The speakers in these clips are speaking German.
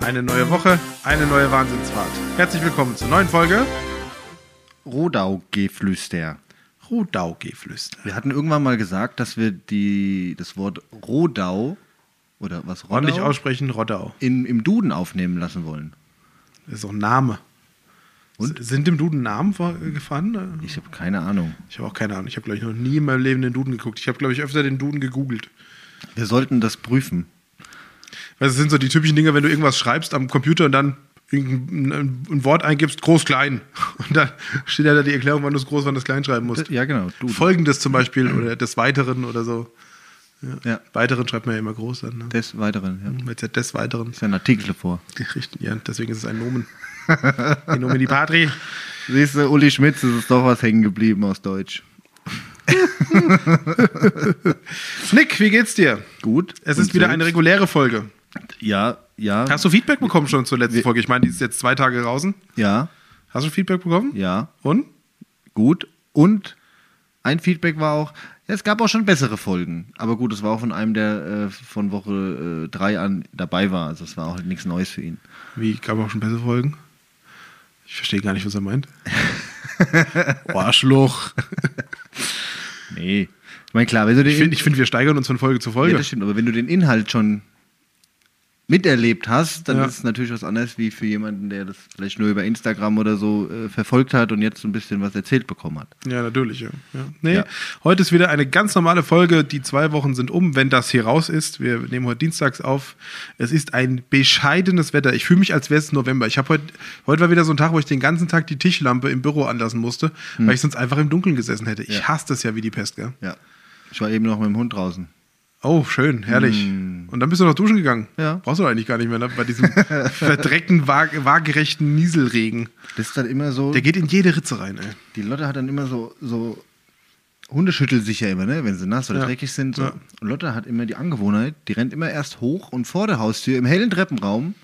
Eine neue Woche, eine neue Wahnsinnsfahrt. Herzlich willkommen zur neuen Folge Rodau-Geflüster. Rodau-Geflüster. Wir hatten irgendwann mal gesagt, dass wir die, das Wort Rodau oder was Ordentlich Rodau aussprechen, Rodau. im, im Duden aufnehmen lassen wollen. Das ist auch ein Name. Und? S- Sind im Duden Namen vor- äh, gefahren? Ich habe keine Ahnung. Ich habe auch keine Ahnung. Ich habe, glaube ich, noch nie in meinem Leben den Duden geguckt. Ich habe, glaube ich, öfter den Duden gegoogelt. Wir sollten das prüfen. Weil es sind so die typischen Dinge, wenn du irgendwas schreibst am Computer und dann irgendein ein, ein Wort eingibst, groß, klein. Und dann steht ja da die Erklärung, wann du es groß, wann du es klein schreiben musst. Ja, genau. Duden. Folgendes zum Beispiel oder des Weiteren oder so. Ja, Weiteren schreibt man ja immer groß an. Ne? des Weiteren. Ja. Weil es ja des Weiteren Ist ja ein Artikel vor. Richtig, ja, deswegen ist es ein Nomen. Die Nomen, die Patri. Siehst du, Uli Schmitz, es ist doch was hängen geblieben aus Deutsch. Nick, wie geht's dir? Gut. Es Und ist wieder eine selbst? reguläre Folge. Ja, ja. Hast du Feedback bekommen schon zur letzten Folge? Ich meine, die ist jetzt zwei Tage draußen. Ja, Hast du Feedback bekommen? ja. Und? Gut. Und ein Feedback war auch, ja, es gab auch schon bessere Folgen. Aber gut, es war auch von einem, der äh, von Woche 3 an dabei war. Also es war auch nichts Neues für ihn. Wie, gab es auch schon bessere Folgen? Ich verstehe gar nicht, was er meint. oh, Arschloch. Nee. Ich meine, klar, wenn du den Ich finde, ich find, wir steigern uns von Folge zu ja, Folge. das stimmt, aber wenn du den Inhalt schon miterlebt hast, dann Ja. ist es natürlich was anderes wie für jemanden, der das vielleicht nur über Instagram oder so äh, verfolgt hat und jetzt so ein bisschen was erzählt bekommen hat. Ja, natürlich. Ja. Ja. Nee, Ja. heute ist wieder eine ganz normale Folge. Die zwei Wochen sind um, wenn das hier raus ist. Wir nehmen heute dienstags auf. Es ist ein bescheidenes Wetter. Ich fühle mich, als wäre es November. Ich habe heute, heute war wieder so ein Tag, wo ich den ganzen Tag die Tischlampe im Büro anlassen musste, weil ich sonst einfach im Dunkeln gesessen hätte. Ich Hm. Ja. hasse das ja wie die Pest, gell? Ja. Ich war eben noch mit dem Hund draußen. Oh, schön, herrlich. Und dann bist du noch duschen gegangen. Hm. Ja. Brauchst du eigentlich gar nicht mehr, ne? bei diesem verdreckten, waag waagerechten Nieselregen. Das ist dann immer so, Der geht in jede Ritze rein, ey. die Lotte hat dann immer so, so Hunde schütteln sich ja immer, ne? wenn sie nass oder Ja. dreckig sind. So. Ja. Und Lotte hat immer die Angewohnheit, die rennt immer erst hoch und vor der Haustür im hellen Treppenraum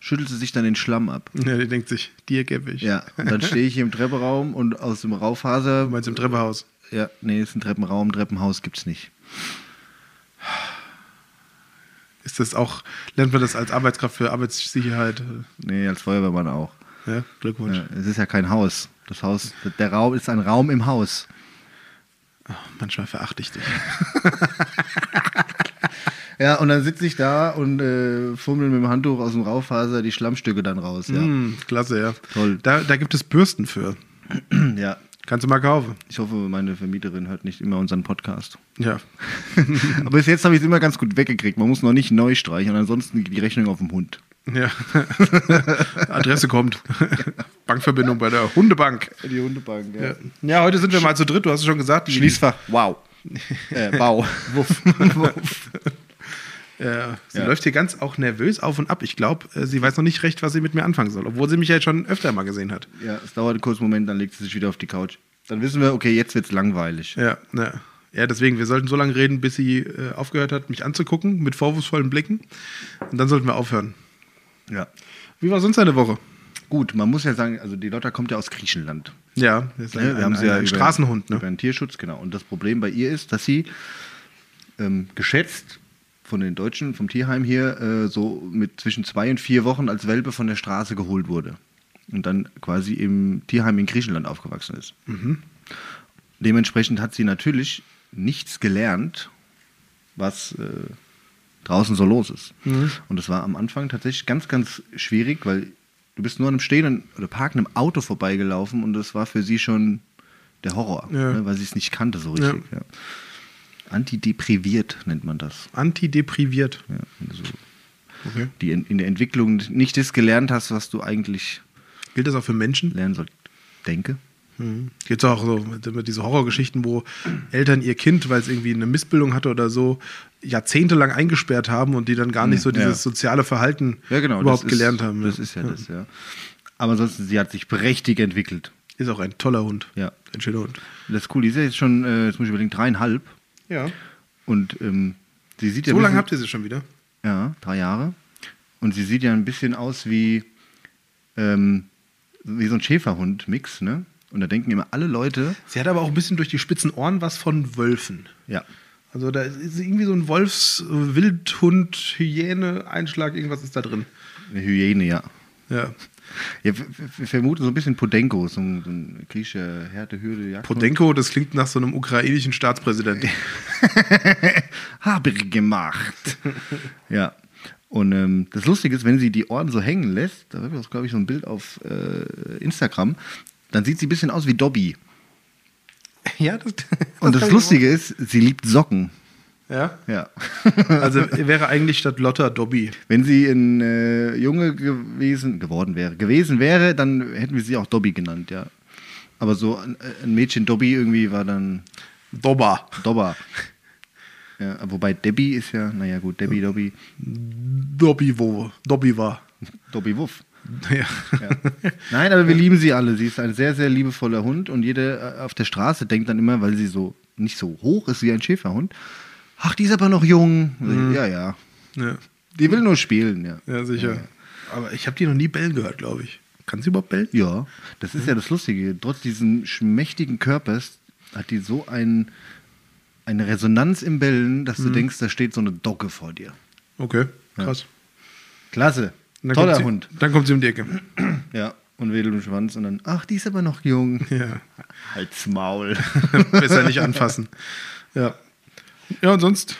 schüttelt sie sich dann den Schlamm ab. Ja, der denkt sich, dir gebe ich. Ja, und dann stehe ich hier im Treppenraum und aus dem Raufaser Du meinst im Treppenhaus. Ja, nee, ist ein Treppenraum, Treppenhaus gibt's nicht. Ist das auch, lernt man das als Arbeitskraft für Arbeitssicherheit? Nee, als Feuerwehrmann auch. Ja, Glückwunsch. Ja, es ist ja kein Haus. Das Haus, der Raum ist ein Raum im Haus. Manchmal verachte ich dich. Ja, und dann sitze ich da und äh, fummel mit dem Handtuch aus dem Raufaser die Schlammstücke dann raus. Ja, Hm, klasse, ja. Toll. Da, da gibt es Bürsten für. Mm. ja. Kannst du mal kaufen. Ich hoffe, meine Vermieterin hört nicht immer unseren Podcast. Ja. Aber bis jetzt habe ich es immer ganz gut weggekriegt. Man muss noch nicht neu streichen, ansonsten geht die Rechnung auf dem Hund. ja. Adresse kommt. Bankverbindung bei der Hundebank. Die Hundebank, Ja. ja, heute sind wir mal zu dritt. Du hast es schon gesagt. Die- Schließfach, wow. äh, wow. Wuff. Ja, äh, sie Ja. läuft hier ganz auch nervös auf und ab. Ich glaube, sie weiß noch nicht recht, was sie mit mir anfangen soll. Obwohl sie mich ja jetzt schon öfter mal gesehen hat. Ja, es dauert einen kurzen Moment, dann legt sie sich wieder auf die Couch. Dann wissen wir, okay, jetzt wird's langweilig. Ja, ja. Ja, deswegen, wir sollten so lange reden, bis sie äh, aufgehört hat, mich anzugucken, mit vorwurfsvollen Blicken. Und dann sollten wir aufhören. Ja. Wie war sonst deine Woche? Gut, man muss ja sagen, also die Lotta kommt ja aus Griechenland. Ja, das ist ein, Ne? ein, ein über- Straßenhund. Ne? Über einen Tierschutz, genau. Und das Problem bei ihr ist, dass sie ähm, geschätzt von den Deutschen, vom Tierheim hier, äh, so mit zwischen zwei und vier Wochen als Welpe von der Straße geholt wurde. Und dann quasi im Tierheim in Griechenland aufgewachsen ist. Dementsprechend hat sie natürlich nichts gelernt, was äh, draußen so los ist. Mhm. Und es war am Anfang tatsächlich ganz, ganz schwierig, weil du bist nur an einem stehenden oder parkenden Auto vorbeigelaufen und das war für sie schon der Horror, Ja. ne, weil sie es nicht kannte so richtig. Ja. Antidepriviert nennt man das. Antidepriviert. Ja, wenn du so Okay. die in, in der Entwicklung nicht das gelernt hast, was du eigentlich Gilt das auch für Menschen? lernen sollst. Denke. Mhm. Gibt es auch so mit- mit diese Horrorgeschichten, wo Eltern ihr Kind, weil es irgendwie eine Missbildung hatte oder so, jahrzehntelang eingesperrt haben und die dann gar nicht so Mhm, dieses ja. soziale Verhalten Ja, genau. überhaupt das gelernt ist, haben. Das ist ja das, ja. Aber ansonsten, sie hat sich prächtig entwickelt. Ist auch ein toller Hund. Ja. Ein schöner Hund. Das ist cool. Die ist ja jetzt schon, äh, jetzt muss ich überlegen, dreieinhalb. Ja. Und ähm, sie sieht ja. So ein lange bisschen- habt ihr sie schon wieder? Ja, drei Jahre. Und sie sieht ja ein bisschen aus wie, ähm, wie so ein Schäferhund-Mix, ne? Und da denken immer alle Leute, Sie hat aber auch ein bisschen durch die spitzen Ohren was von Wölfen. ja, Also da ist irgendwie so ein Wolfs-Wildhund-Hyäne-Einschlag, irgendwas ist da drin. Eine Hyäne, ja. Ja. ja wir, wir vermuten so ein bisschen Podenko, so ein, so ein griechischer Härte, Hürde, Jagd. Podenko, das klingt nach so einem ukrainischen Staatspräsidenten. Habe ich gemacht. ja. Und ähm, das Lustige ist, wenn sie die Ohren so hängen lässt, da habe ich, glaube ich, so ein Bild auf äh, Instagram, dann sieht sie ein bisschen aus wie Dobby. ja, das, Und das Lustige ist, sie liebt Socken. Ja. Ja. Also wäre eigentlich statt Lotta Dobby. Wenn sie ein äh, Junge gewesen, geworden wäre, gewesen wäre, dann hätten wir sie auch Dobby genannt, ja. Aber so ein, äh, ein Mädchen Dobby irgendwie war dann Dobba. Dobber. Ja, wobei Debbie ist ja, naja gut, Debbie Dobby, Dobby wo. Dobby war. Dobby Wuff. Ja. Nein, aber wir lieben sie alle. Sie ist ein sehr, sehr liebevoller Hund und jeder äh, auf der Straße denkt dann immer, weil sie so nicht so hoch ist wie ein Schäferhund, ach, die ist aber noch jung. Ja, ja. Ja, Die will nur spielen, ja. Mhm. ja sicher. Aber ich habe die noch nie bellen gehört, glaube ich. Kann sie überhaupt bellen? Ja, das ist ja das Lustige. Trotz diesen schmächtigen Körpers hat die so ein, eine Resonanz im Bellen, dass du denkst, da steht so eine Dogge vor dir. Okay, krass. Klasse. Und dann kommt Toller sie, Hund. Dann kommt sie um die Ecke. Ja. Und wedelt im Schwanz und dann, ach, die ist aber noch jung. Ja. Halt's Maul. Besser nicht anfassen. Ja. Ja, und sonst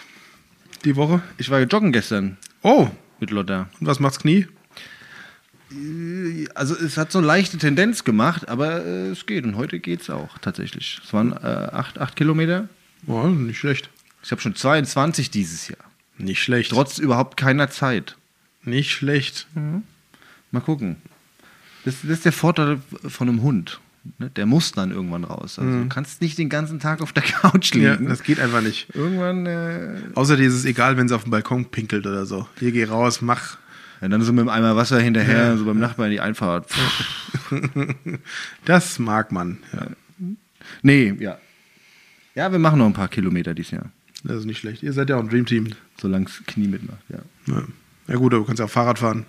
die Woche. Ich war joggen gestern Oh, mit Lotta. und was macht's Knie? Also es hat so eine leichte Tendenz gemacht, aber äh, es geht. Und heute geht's auch tatsächlich. Es waren äh, acht, acht Kilometer. Oh, nicht schlecht. Ich habe schon 22 dieses Jahr. Nicht schlecht. Trotz überhaupt keiner Zeit. nicht schlecht. Mal gucken. Das, das ist der Vorteil von einem Hund. Ne? Der muss dann irgendwann raus. Also Du kannst nicht den ganzen Tag auf der Couch Ja, liegen. das geht einfach nicht. irgendwann, äh, Außer dir ist es egal, wenn sie auf dem Balkon pinkelt oder so. Hier geh raus, mach. ja, dann so mit dem Eimer Wasser hinterher, so beim Nachbarn die Einfahrt. Pff. Das mag man. Ja, Nee, ja. Ja, wir machen noch ein paar Kilometer dieses Jahr, das ist nicht schlecht. Ihr seid ja auch ein Dreamteam. solange das Knie mitmacht. Ja, Ja. ja gut, aber du kannst ja auch Fahrrad fahren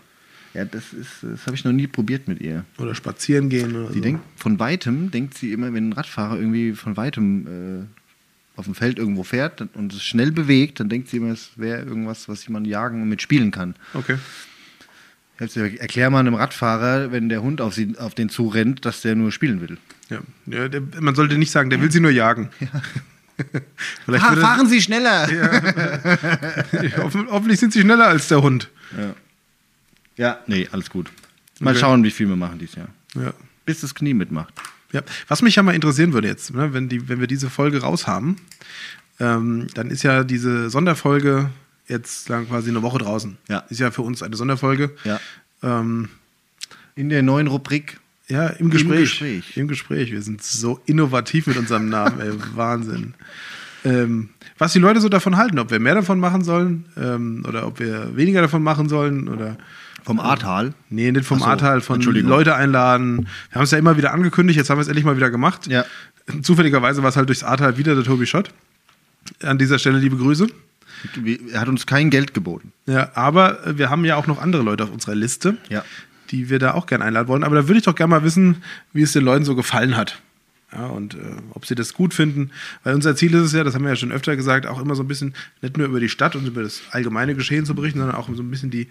ja das ist, das habe ich noch nie probiert mit ihr. oder spazieren gehen. Oder Sie so. denkt, von weitem denkt sie immer, wenn ein Radfahrer irgendwie von weitem äh, auf dem Feld irgendwo fährt und es schnell bewegt, dann denkt sie immer, es wäre irgendwas, was jemand jagen und mitspielen kann. Okay. Ich hab's gesagt, Erklär mal einem Radfahrer, wenn der Hund auf, sie, auf den zurennt, dass der nur spielen will. Ja. Ja, der, man sollte nicht sagen, der will sie nur jagen. Vielleicht Ah, würde- fahren Sie schneller! Ja. Hoff- Hoffentlich sind sie schneller als der Hund. Nee, alles gut. Mal Okay. schauen, wie viel wir machen dieses Jahr. Ja. Bis das Knie mitmacht. Ja. Was mich ja mal interessieren würde jetzt, ne, wenn, die, wenn wir diese Folge raus haben, ähm, dann ist ja diese Sonderfolge jetzt lang quasi eine Woche draußen. Ja. Ist ja für uns eine Sonderfolge. Ja. Ähm, In der neuen Rubrik. ja, im Gespräch. Gespräch. Im Gespräch. Wir sind so innovativ mit unserem Namen, ey. Wahnsinn. Ähm, was die Leute so davon halten, ob wir mehr davon machen sollen ähm, oder ob wir weniger davon machen sollen oder Vom Ahrtal. Nee, nicht vom Ach so, Ahrtal, von Entschuldigung. Leute einladen. Wir haben es ja immer wieder angekündigt, jetzt haben wir es endlich mal wieder gemacht. Ja. Zufälligerweise war es halt durchs Ahrtal wieder der Tobi Schott. An dieser Stelle liebe Grüße. Er hat uns kein Geld geboten. Ja, aber äh, wir haben ja auch noch andere Leute auf unserer Liste, Ja. die wir da auch gerne einladen wollen. Aber da würde ich doch gerne mal wissen, wie es den Leuten so gefallen hat. Ja, und äh, ob sie das gut finden. Weil unser Ziel ist es ja, das haben wir ja schon öfter gesagt, auch immer so ein bisschen nicht nur über die Stadt und über das allgemeine Geschehen zu berichten, sondern auch um so ein bisschen die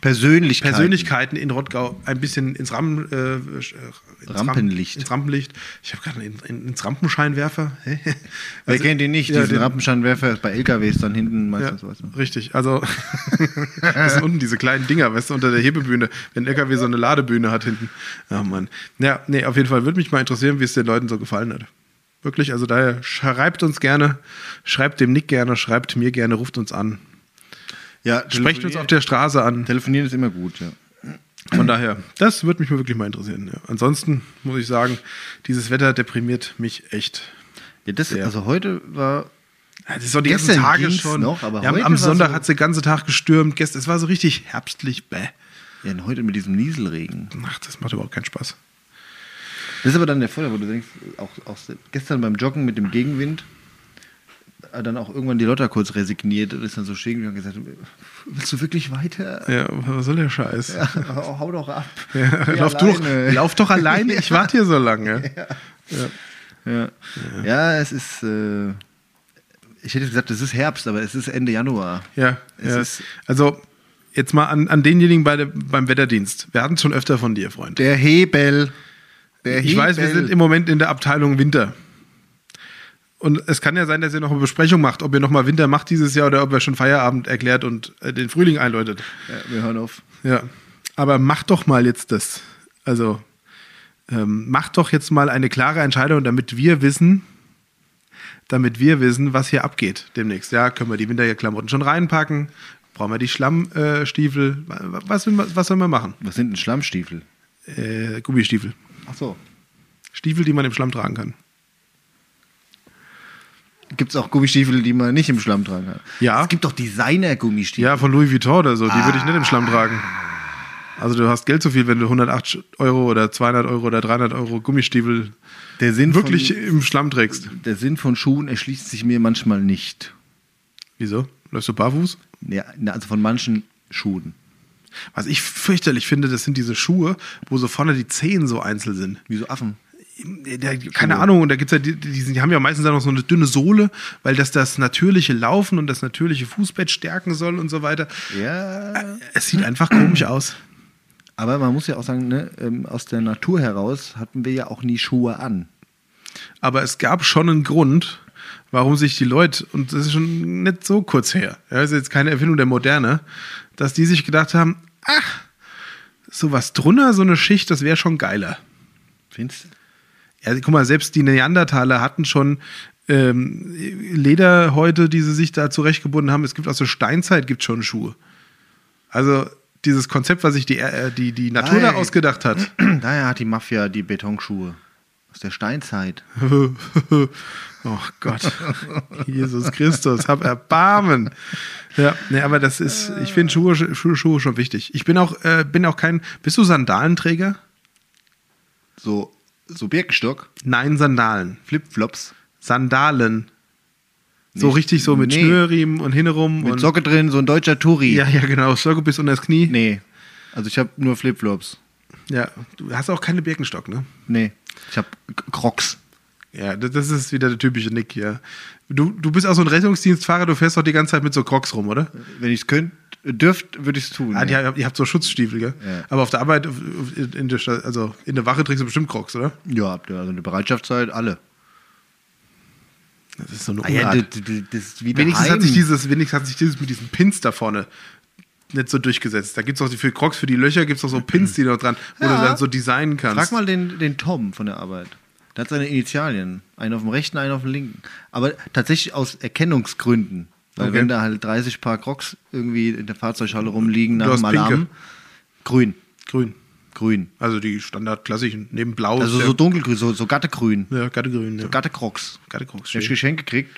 Persönlichkeit. Persönlichkeiten in Rottgau ein bisschen ins, Ram, äh, ins Ram- Rampenlicht. Ins Rampenlicht. Ich habe gerade in, in, ins Rampenscheinwerfer. Hä? Wer Also- kennt ihn nicht? Ja, diesen den- Rampenscheinwerfer ist bei LKWs dann hinten Ja, meistens. weißt du. richtig. Also, das sind unten diese kleinen Dinger, weißt du, unter der Hebebühne, wenn ein LKW so eine Ladebühne hat hinten. Oh Mann. Ja, nee, auf jeden Fall würde mich mal interessieren, wie es den Leuten so gefallen hat. Wirklich, also daher schreibt uns gerne, schreibt dem Nick gerne, schreibt mir gerne, ruft uns an. Ja, Sprecht uns auf der Straße an. Telefonieren ist immer gut, ja. Von daher, das würde mich mal wirklich mal interessieren. Ja. Ansonsten muss ich sagen, dieses Wetter deprimiert mich echt. ja das, Ja. also heute war Ja, Das ist so die Gestern ersten Tage ging's schon. noch, aber ja, heute am war Sonntag so- hat es den ganzen Tag gestürmt. Gestern, es war so richtig herbstlich. Bäh. ja, und heute mit diesem Nieselregen. Ach, das macht überhaupt keinen Spaß. Das ist aber dann der Vorteil, wo du denkst, auch, auch gestern beim Joggen mit dem Gegenwind, hat dann auch irgendwann die Lotta kurz resigniert und ist dann so stehen gegangen und gesagt, willst du wirklich weiter? Ja, was soll der Scheiß? Ja. Hau doch ab. Ja, Geh lauf, alleine. Durch, lauf doch alleine, ich warte hier so lange. Ja, ja es ist, äh, ich hätte gesagt, es ist Herbst, aber es ist Ende Januar. Ja, Es ja. ist- also jetzt mal an, an denjenigen bei der, beim Wetterdienst. Wir hatten es schon öfter von dir, Freund. Der Hebel. Der Ich weiß, wir sind im Moment in der Abteilung Winter. Und es kann ja sein, dass ihr noch eine Besprechung macht, ob ihr nochmal Winter macht dieses Jahr oder ob ihr schon Feierabend erklärt und äh, den Frühling einläutet. Ja, wir hören auf. Ja. Aber macht doch mal jetzt das. Also ähm, macht doch jetzt mal eine klare Entscheidung, damit wir wissen, damit wir wissen, was hier abgeht demnächst. Ja, können wir die Winterklamotten schon reinpacken? Brauchen wir die Schlammstiefel? Äh, Stiefel? Wa- wa- was, will man- was soll man machen? Was sind denn Schlammstiefel? Äh, Gummistiefel. Ach so. Stiefel, die man im Schlamm tragen kann. Gibt es auch Gummistiefel, die man nicht im Schlamm tragen kann? Ja. Es gibt doch Designer-Gummistiefel. Ja, von Louis Vuitton oder so. Die würde ich nicht im Schlamm tragen. Also du hast Geld zu viel, wenn du 108 Euro oder 200 Euro oder 300 Euro Gummistiefel Der Sinn wirklich im Schlamm trägst. Von, der Sinn von Schuhen erschließt sich mir manchmal nicht. Wieso? Läufst du barfuß? Ja, na, also von manchen Schuhen. Was ich fürchterlich finde, das sind diese Schuhe, wo so vorne die Zehen so einzeln sind. Wie so Affen. Da, keine Ahnung, und da gibt's ja, die, die, sind- die haben ja meistens dann noch so eine dünne Sohle, weil das das natürliche Laufen und das natürliche Fußbett stärken soll und so weiter. Ja. Es sieht einfach komisch aus. Aber man muss ja auch sagen, ne, ähm, aus der Natur heraus hatten wir ja auch nie Schuhe an. Aber es gab schon einen Grund, warum sich die Leute, und das ist schon nicht so kurz her, ja, das ist jetzt keine Erfindung der Moderne, dass die sich gedacht haben, ach, sowas drunter, so eine Schicht, das wäre schon geiler. Findest du? Ja, guck mal, selbst die Neandertaler hatten schon ähm, Lederhäute, die sie sich da zurechtgebunden haben. Es gibt aus der Steinzeit gibt schon Schuhe. Also dieses Konzept, was sich die, äh, die, die Natur da Ei. ausgedacht hat. Daher hat die Mafia die Betonschuhe. Aus der Steinzeit. oh Gott, Jesus Christus, hab Erbarmen. Ja, nee, aber das ist, ich finde Schuhe, Schuhe, Schuhe schon wichtig. Ich bin auch, äh, bin auch kein, bist du Sandalenträger? So, so Birkenstock, Nein, Sandalen. Flipflops. Sandalen. So Nicht- richtig so mit nee. Schnürriemen und hinrum. Mit und Socke drin, so ein deutscher Touri. Ja, ja, genau. Socke bis unter das Knie. Nee. Also ich habe nur Flipflops. Ja, du hast auch keine Birkenstock, ne? Nee. Ich habe Crocs. Ja, das, das ist wieder der typische Nick, ja. Du, du bist auch so ein Rettungsdienstfahrer, du fährst doch die ganze Zeit mit so Crocs rum, oder? Wenn ich es könnte, dürft, würde ich es tun. Ah, die, ihr habt so Schutzstiefel, gell? Ja. Aber auf der Arbeit, auf- auf- in der, Sta- also in der Wache trägst du bestimmt Crocs, oder? ja, habt ihr also eine Bereitschaftszeit, alle. Das ist so eine das ist wie Ah, wenigstens, hat sich dieses, wenigstens hat sich dieses mit diesen Pins da vorne nicht so durchgesetzt. Da gibt es auch die, für Crocs, für die Löcher gibt es auch so Pins, die da dran, wo Ja. du dann so designen kannst. Frag mal den, den Tom von der Arbeit. Der hat seine Initialien. Einen auf dem rechten, einen auf dem linken. Aber tatsächlich aus Erkennungsgründen. Weil Okay. wenn da halt 30 Paar Crocs irgendwie in der Fahrzeughalle rumliegen Du nach dem hast pinke. Alarm. Grün. Grün. Grün. Also die standardklassischen, neben Blau. Also ist so dunkelgrün, so, so gattegrün. der, ja, Gattegrün. Ja. Gatte Crocs. Gatte Crocs, Hab ich schön. Geschenk gekriegt.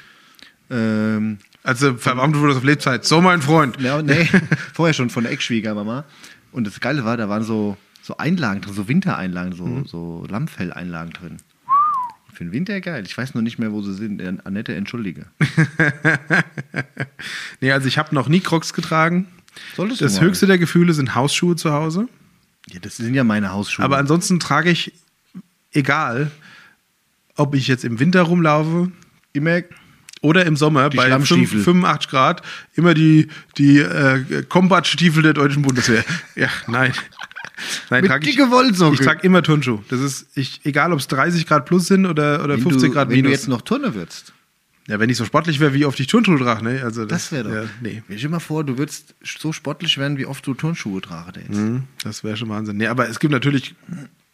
Ähm, Also verbeamtet wurde das auf Lebzeit. So, mein Freund. ja, nee, vorher schon von der Ex-Schwiegermama. Und das Geile war, da waren so, so Einlagen drin, so Wintereinlagen, so, Mhm. so Lammfelleinlagen drin. Für den Winter geil. Ich weiß noch nicht mehr, wo sie sind. Äh, Annette, entschuldige. Nee, also ich habe noch nie Crocs getragen. Solltest du Das mal. höchste der Gefühle sind Hausschuhe zu Hause. Ja, das sind ja meine Hausschuhe. Aber ansonsten trage ich, egal, ob ich jetzt im Winter rumlaufe immer oder im Sommer bei fünf- Schlammstiefel. 85 Grad, immer die, die äh, Kombat-Stiefel der deutschen Bundeswehr. ja, nein. Nein, Mit trage ich, dicke Wollsocke. ich trage immer Turnschuh. Das ist, ich, egal ob es 30 Grad plus sind oder, oder wenn 50 du, Grad Wenn du minus. jetzt noch Turne würdest. ja, wenn ich so sportlich wäre, wie oft ich Turnschuhe trage, ne? Also Das wäre doch. Ja, nee. Stell dir mal vor, du würdest so sportlich werden, wie oft du Turnschuhe tragst. Mhm, Das wäre schon Wahnsinn. Nee, aber es gibt natürlich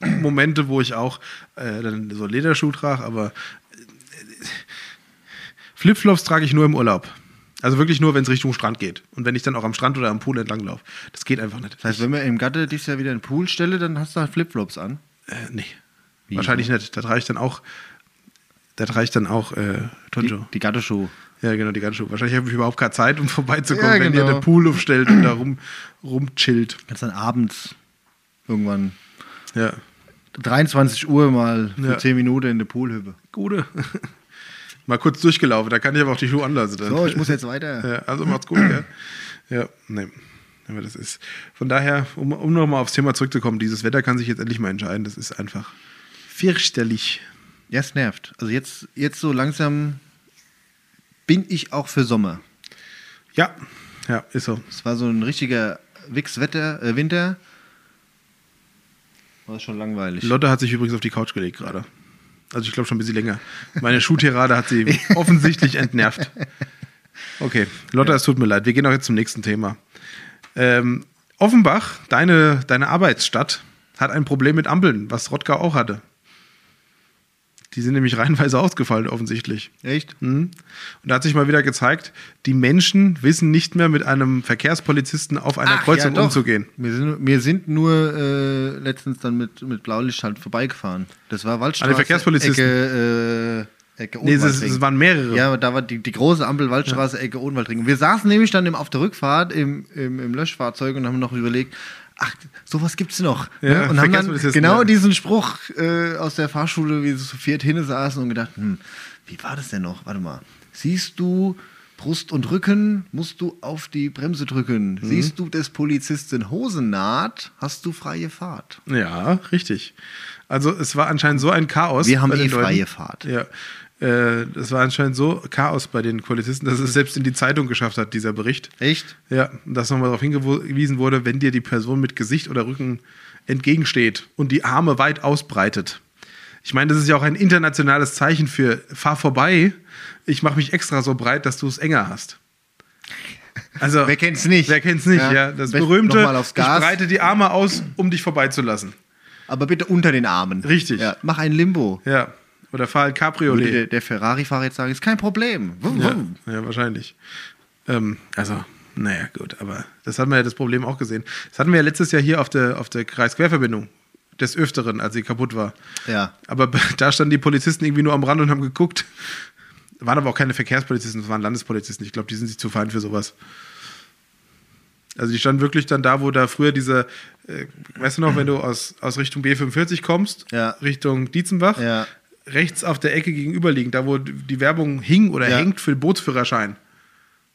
Momente, wo ich auch äh, dann so Lederschuh trage, aber äh, Flipflops trage ich nur im Urlaub. Also wirklich nur, wenn es Richtung Strand geht. Und wenn ich dann auch am Strand oder am Pool entlang laufe. Das geht einfach nicht. Das heißt, wenn wir im Gatte dies Jahr wieder einen Pool stelle, dann hast du halt Flipflops an. Äh, nee. Wie? Wahrscheinlich nicht. Da trage ich dann auch, da trage ich dann auch äh, Die, Tonjo. die Gatteschuhe. Ja, genau, die ganze Schuhe. Wahrscheinlich habe ich überhaupt keine Zeit, um vorbeizukommen, Ja, wenn ihr genau. den Pool aufstellt und da rum, rumchillt. Kannst dann abends irgendwann Ja. 23 Uhr mal für Ja. 10 Minuten in den Pool hüppe. Gute. Mal kurz durchgelaufen, da kann ich aber auch die Schuhe anlassen. Dann. So, ich muss jetzt weiter. Ja, also macht's gut, gell? Ja, nee. Aber das ist. Von daher, um, um nochmal aufs Thema zurückzukommen, dieses Wetter kann sich jetzt endlich mal entscheiden. Das ist einfach fürchterlich. Ja, es nervt. Also jetzt, jetzt so langsam bin ich auch für Sommer. Ja, ja, ist so. Es war so ein richtiger Wichswetter, äh, Winter. War schon langweilig. Lotte hat sich übrigens auf die Couch gelegt gerade. Also ich glaube schon ein bisschen länger. Meine Schuhterade hat sie offensichtlich entnervt. Okay, Lotte, es tut mir leid. Wir gehen auch jetzt zum nächsten Thema. Ähm, Offenbach, deine, deine Arbeitsstadt, hat ein Problem mit Ampeln, was Rottgau auch hatte. Die sind nämlich reihenweise ausgefallen, offensichtlich. Echt? Um Mhm. Und da hat sich mal wieder gezeigt, die Menschen wissen nicht mehr, mit einem Verkehrspolizisten auf einer Ach, Kreuzung ja, doch. umzugehen. Wir sind, wir sind nur äh, letztens dann mit, mit Blaulicht halt vorbeigefahren. Das war Waldstraße. An den Verkehrspolizisten. Ecke, äh, Ecke Nee, es, ist- Odenwaldring. es waren mehrere. ja, aber da war die, die große Ampel Waldstraße, Ecke Odenwaldring. Wir saßen nämlich dann im, auf der Rückfahrt im, im, im Löschfahrzeug und haben noch überlegt, ach, sowas gibt's noch. Ja, ne? Und haben dann Verkehrspolizisten, genau ja. diesen Spruch äh, aus der Fahrschule, wie sie zu viert hinne saßen und gedacht, hm, wie war das denn noch? Warte mal. Siehst du Brust und Rücken, musst du auf die Bremse drücken. Mhm. Siehst du des Polizisten Hosennaht, hast du freie Fahrt. Ja, richtig. Also es war anscheinend so ein Chaos. Wir haben bei den eh freie Leuten. Fahrt. Ja. Äh, Das war anscheinend so Chaos bei den Polizisten, dass es selbst in die Zeitung geschafft hat, dieser Bericht. Echt? Ja, dass nochmal darauf hingewiesen wurde, wenn dir die Person mit Gesicht oder Rücken entgegensteht und die Arme weit ausbreitet. Ich meine, das ist ja auch ein internationales Zeichen für fahr vorbei. Ich mache mich extra so breit, dass du es enger hast. Also, Wer kennt's nicht? Wer kennt's nicht, ja. Ja. Das Best- berühmte, noch mal aufs Gas. ich breite die Arme aus, um dich vorbeizulassen. Aber bitte unter den Armen. Richtig. Ja, mach ein Limbo. Ja. Oder fahr halt Würde Cabriolet. der, der Ferrari-Fahrer jetzt sagen, ist kein Problem. Wum, Ja, wum. ja wahrscheinlich. Ähm, also, naja, gut, aber das hatten wir ja das Problem auch gesehen. Das hatten wir ja letztes Jahr hier auf der, auf der Kreis-Querverbindung des Öfteren, als sie kaputt war. Ja. Aber b- da standen die Polizisten irgendwie nur am Rand und haben geguckt. Waren aber auch keine Verkehrspolizisten, das waren Landespolizisten. Ich glaube, die sind sich zu fein für sowas. Also die standen wirklich dann da, wo da früher diese, äh, weißt du noch, wenn du aus, aus Richtung B45 kommst, Ja. Richtung Dietzenbach, Ja. rechts auf der Ecke gegenüberliegend, da wo die Werbung hing oder Ja. hängt für den Bootsführerschein.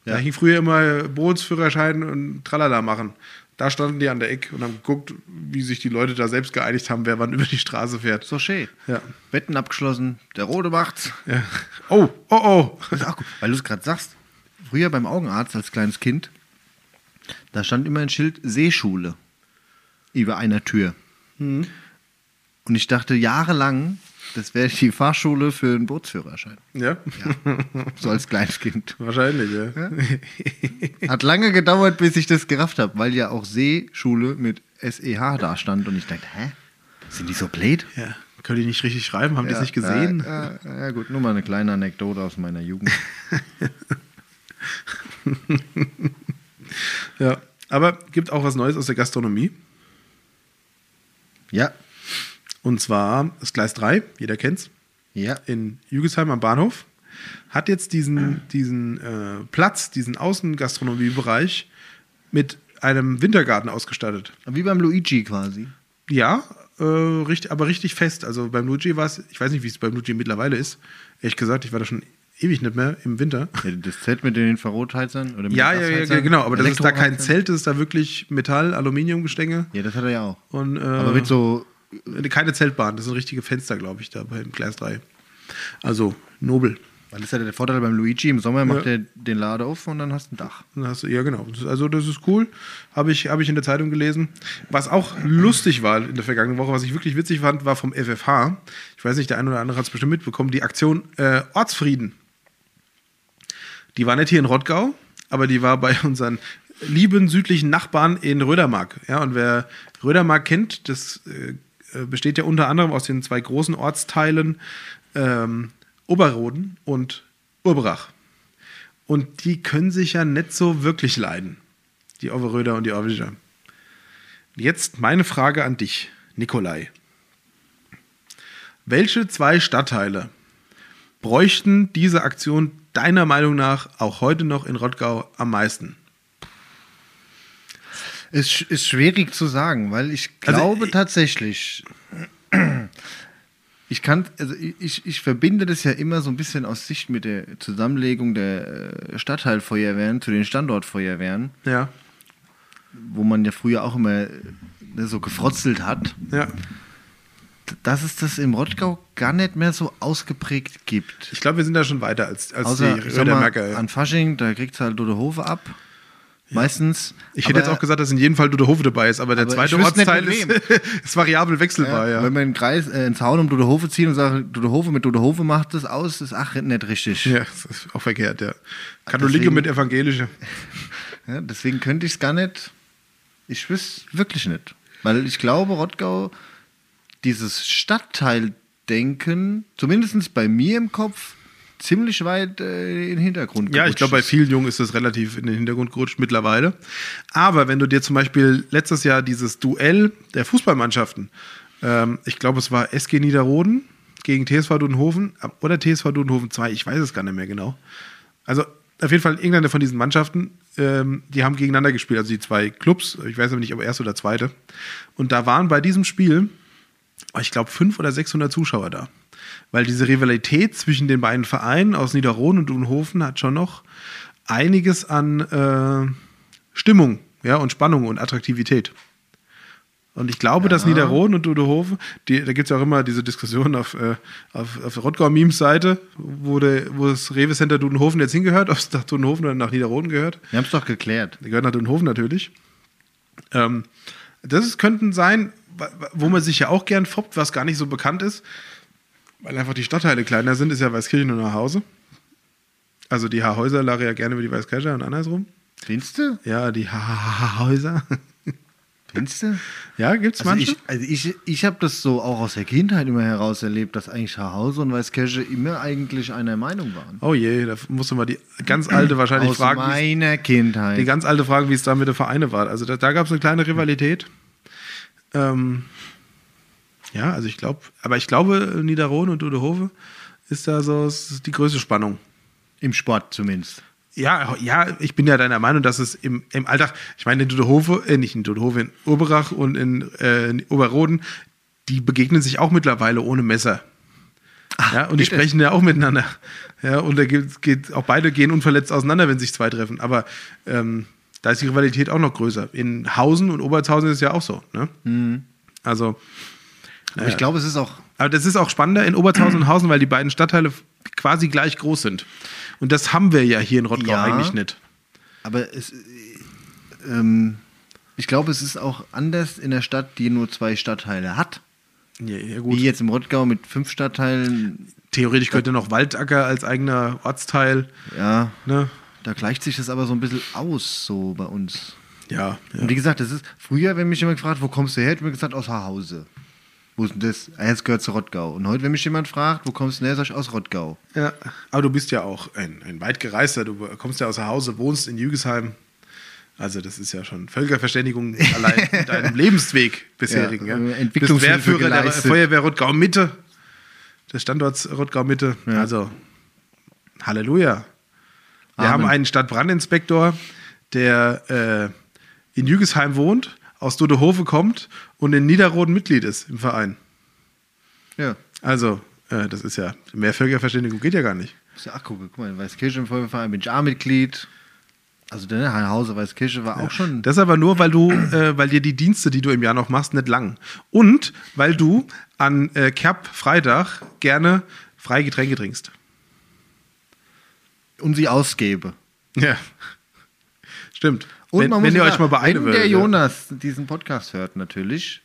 Da Ja. hing früher immer Bootsführerschein und Tralala machen. Da standen die an der Ecke und haben geguckt, wie sich die Leute da selbst geeinigt haben, wer wann über die Straße fährt. So schön. Ja. Wetten abgeschlossen, der Rote macht's. Ja. Oh, oh, oh. Das ist auch gut, weil du es gerade sagst. Früher beim Augenarzt als kleines Kind, da stand immer ein Schild Seeschule über einer Tür. Mhm. Und ich dachte jahrelang, das wäre die Fahrschule für einen Bootsführerschein. Ja, So als kleines Kind. wahrscheinlich, ja. Hat lange gedauert, bis ich das gerafft habe, weil ja auch Seeschule mit SEH da stand und ich dachte, hä? Sind die so blöd? ja. Können die nicht richtig schreiben? Haben die es Ja, nicht gesehen? Ja, ja, ja, gut, nur mal eine kleine Anekdote aus meiner Jugend. Ja. Aber gibt auch was Neues aus der Gastronomie. ja, Und zwar das Gleis 3, jeder kennt's, ja. in Jügesheim am Bahnhof. Hat jetzt diesen, diesen äh, Platz, diesen Außengastronomiebereich mit einem Wintergarten ausgestattet. Wie beim Luigi quasi. Ja, äh, richtig, aber richtig fest. Also beim Luigi war es, ich weiß nicht, wie es beim Luigi mittlerweile ist. Ehrlich gesagt, ich war da schon ewig nicht mehr im Winter. Ja, das Zelt mit den Infrarotheizern? Oder mit Ja, den ja, ja, Gasheizern? genau, aber das ist da kein Elektroheizern? Zelt, das ist da wirklich Metall, Aluminiumgestänge Ja, das hat er ja auch. und äh, Aber mit so, keine Zeltbahn, das sind richtige Fenster, glaube ich, da beim Gleis 3. Also nobel. weil das ist ja der Vorteil beim Luigi, im Sommer macht Ja. er den Lade auf und dann hast du ein Dach. Dann hast du- Ja, genau. Das ist- Also, das ist cool. Habe ich, hab ich in der Zeitung gelesen. Was auch lustig war in der vergangenen Woche, was ich wirklich witzig fand, war vom FFH. Ich weiß nicht, der eine oder andere hat es bestimmt mitbekommen, die Aktion äh, Ortsfrieden. Die war nicht hier in Rottgau, aber die war bei unseren lieben südlichen Nachbarn in Rödermark. Ja, und wer Rödermark kennt, das äh, äh, besteht ja unter anderem aus den zwei großen Ortsteilen ähm, Oberroden und Urberach. Und die können sich ja nicht so wirklich leiden. Die Overröder und die Orwischer. Jetzt meine Frage an dich, Nikolai. Welche zwei Stadtteile bräuchten diese Aktion deiner Meinung nach auch heute noch in Rottgau am meisten? Es sch- ist schwierig zu sagen, weil ich Also, glaube ich- tatsächlich, ich kann, also ich, ich verbinde das ja immer so ein bisschen aus Sicht mit der Zusammenlegung der äh, Stadtteilfeuerwehren zu den Standortfeuerwehren, Ja, wo man ja früher auch immer äh, ne, so gefrotzelt hat. ja, dass es das im Rottgau gar nicht mehr so ausgeprägt gibt. Ich glaube, wir sind da schon weiter als, als Außer die ich sag mal, Rödermerker. ja. an Fasching, da kriegt es halt Dodehofe ab. Meistens. Ich hätte Aber jetzt auch gesagt, dass in jedem Fall Dudehofe dabei ist, aber der Aber zweite ich wüsste nicht, Ortsteil ist, mit ist variabel wechselbar, ja. Wenn man einen Kreis, äh, einen Zaun um Dodehofe ziehen und sagt, Dodehofe mit Dodehofe macht das aus, ist ach nicht richtig. Ja, das ist auch verkehrt, ja. Katholike Ah, deswegen- mit Evangelische. Ja, deswegen könnte ich es gar nicht. Ich wüsste wirklich nicht. Weil ich glaube, Rottgau, dieses Stadtteildenken, zumindest bei mir im Kopf, ziemlich weit äh, in den Hintergrund Ja, ich gerutscht glaube, bei ist. vielen Jungen ist das relativ in den Hintergrund gerutscht mittlerweile. Aber wenn du dir zum Beispiel letztes Jahr dieses Duell der Fußballmannschaften, ähm, ich glaube, es war SG Niederroden gegen TSV Dudenhofen ab- oder TSV Dudenhofen 2, ich weiß es gar nicht mehr genau. Also auf jeden Fall irgendeine von diesen Mannschaften, ähm, die haben gegeneinander gespielt, also die zwei Clubs, ich weiß aber nicht, ob erste oder zweite. Und da waren bei diesem Spiel, oh, ich glaube, 500 oder 600 Zuschauer da. Weil diese Rivalität zwischen den beiden Vereinen aus Niederrohn und Unhofen hat schon noch einiges an äh, Stimmung ja, und Spannung und Attraktivität. Und ich glaube, dass Niederrohn und Dudehofen, die, da gibt es ja auch immer diese Diskussion auf, äh, auf, auf der Rottgau-Memes-Seite, wo, der- wo das Rewe-Center Dudenhofen jetzt hingehört, ob es nach Dudenhofen oder nach Niederrohn gehört. Wir haben es doch geklärt. Die halt gehört nach Dunhofen natürlich. Ähm, das ist, könnten sein, wa- wa- wo man sich ja auch gern foppt, was gar nicht so bekannt ist, weil einfach die Stadtteile kleiner sind, ist ja Weißkirchen und Nachhause. Also die Haarhäuser lagen ja gerne über die Weißkirche und andersrum. Findest du? Ja, die Haarhäuser. Findest du? Ja, gibt's Also manche. ich, also ich, ich habe das so auch aus der Kindheit immer heraus erlebt, dass eigentlich Haarhausen und Weißkirche immer eigentlich einer Meinung waren. oh je, da musst du mal die ganz alte wahrscheinlich aus fragen, wie's- meiner die Kindheit. ganz alte Frage, wie es da mit den Vereinen war. Also da, da gab es eine kleine Rivalität. Ähm, ja, also ich glaube, aber ich glaube, Niederrohn und Udehove ist da so s- die größte Spannung. Im Sport zumindest. Ja, ja, ich bin ja deiner Meinung, dass es im, im Alltag, ich meine, in Dudehove, äh, nicht in Dudehove, in Oberach und in, äh, in Oberroden, die begegnen sich auch mittlerweile ohne Messer. ja, und die bitte. sprechen ja auch miteinander. Ja, und da geht, geht auch beide gehen unverletzt auseinander, wenn sich zwei treffen. Aber ähm, da ist die Rivalität auch noch größer. In Hausen und Obertshausen ist es ja auch so. Ne? Also, Aber ich glaube, es ist auch aber das ist auch spannender in Obertshausen und Hausen, weil die beiden Stadtteile quasi gleich groß sind. Und das haben wir ja hier in Rottgau Ja. eigentlich nicht. Aber es, äh, ähm, ich glaube, es ist auch anders in der Stadt, die nur zwei Stadtteile hat. Ja, ja Wie jetzt im Rottgau mit fünf Stadtteilen, Theoretisch könnte noch Waldacker als eigener Ortsteil. ja, Ne? da gleicht sich das aber so ein bisschen aus, so bei uns. Ja, ja. Und wie gesagt, das ist, früher, wenn mich jemand fragt, wo kommst du her, hätte ich mir gesagt, aus Haarhause. Wo ist denn das? Ah, jetzt gehört zu Rottgau. Und heute, wenn mich jemand fragt, wo kommst du denn her, sag ich aus Rottgau. ja. Aber du bist ja auch ein, ein weit gereister. Du kommst ja aus Hause, wohnst in Jügesheim. Also, das ist ja schon Völkerverständigung allein in deinem Lebensweg bisherigen. Ja, Ja, äh, Bist Entwicklungshilfe Wehrführer der geleistet. Feuerwehr Rottgau Mitte, des Standorts Rottgau Mitte. Also, Halleluja. Wir Amen. haben einen Stadtbrandinspektor, der äh, in Jügesheim wohnt, aus Dodehove kommt und in Niederroden Mitglied ist im Verein. Ja. Also, äh, das ist ja, mehr Völkerverständigung geht ja gar nicht. Muss ja, ach, guck, guck mal, in Weißkirche im Feuerwehrverein bin ich A-Mitglied. Also, der Haarhause Weißkirche war auch schon. Das aber nur, weil du, äh, weil dir die Dienste, die du im Jahr noch machst, nicht lang. Und weil du an äh, Kerb Freitag gerne freie Getränke trinkst. Und sie ausgebe. Ja. Stimmt. Und wenn man muss wenn ihr sagen, euch mal beeilen wenn würdet. der ja. Jonas diesen Podcast hört, natürlich,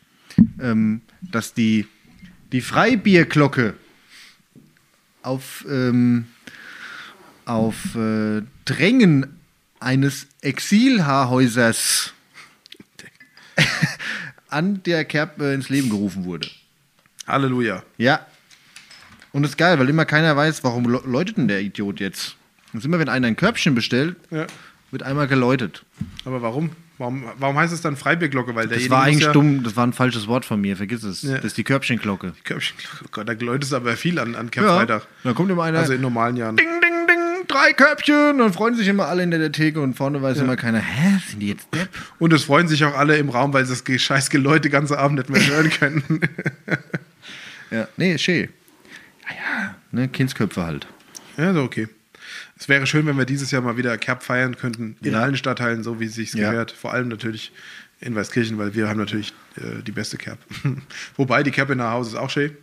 ähm, dass die, die Freibierglocke auf, ähm, auf äh, Drängen eines Exilhaarhäusers an der Kerb äh, ins Leben gerufen wurde. Halleluja. Ja. Und das ist geil, weil immer keiner weiß, warum lo- läutet denn der Idiot jetzt. Und immer, wenn einer ein Körbchen bestellt, Ja. wird einmal geläutet. Aber warum? warum? Warum heißt es dann Freibierglocke? Weil Das derjenige war muss eigentlich ja dumm, das war ein falsches Wort von mir, vergiss es. Ja. Das ist die Körbchenglocke. Körbchenglocke. Oh Gott, da läutet es aber viel an, an Kerb Freitag. Dann kommt immer einer, Also in normalen Jahren. ding, ding, ding, drei Körbchen, dann freuen sich immer alle hinter der Theke und vorne weiß immer keiner, hä, sind die jetzt depp? Und es freuen sich auch alle im Raum, weil sie das ge- scheiß Geläut den ganzen Abend nicht mehr hören können. Ja. Nee, ist schön. Ja, ja, ne, Kindsköpfe halt. Ja, so okay. Es wäre schön, wenn wir dieses Jahr mal wieder Kerb feiern könnten, in Ja. allen Stadtteilen, so wie es sich Ja. gehört. Vor allem natürlich in Weißkirchen, weil wir haben natürlich äh, die beste Cap. Wobei die Cap in der Haus ist auch schön.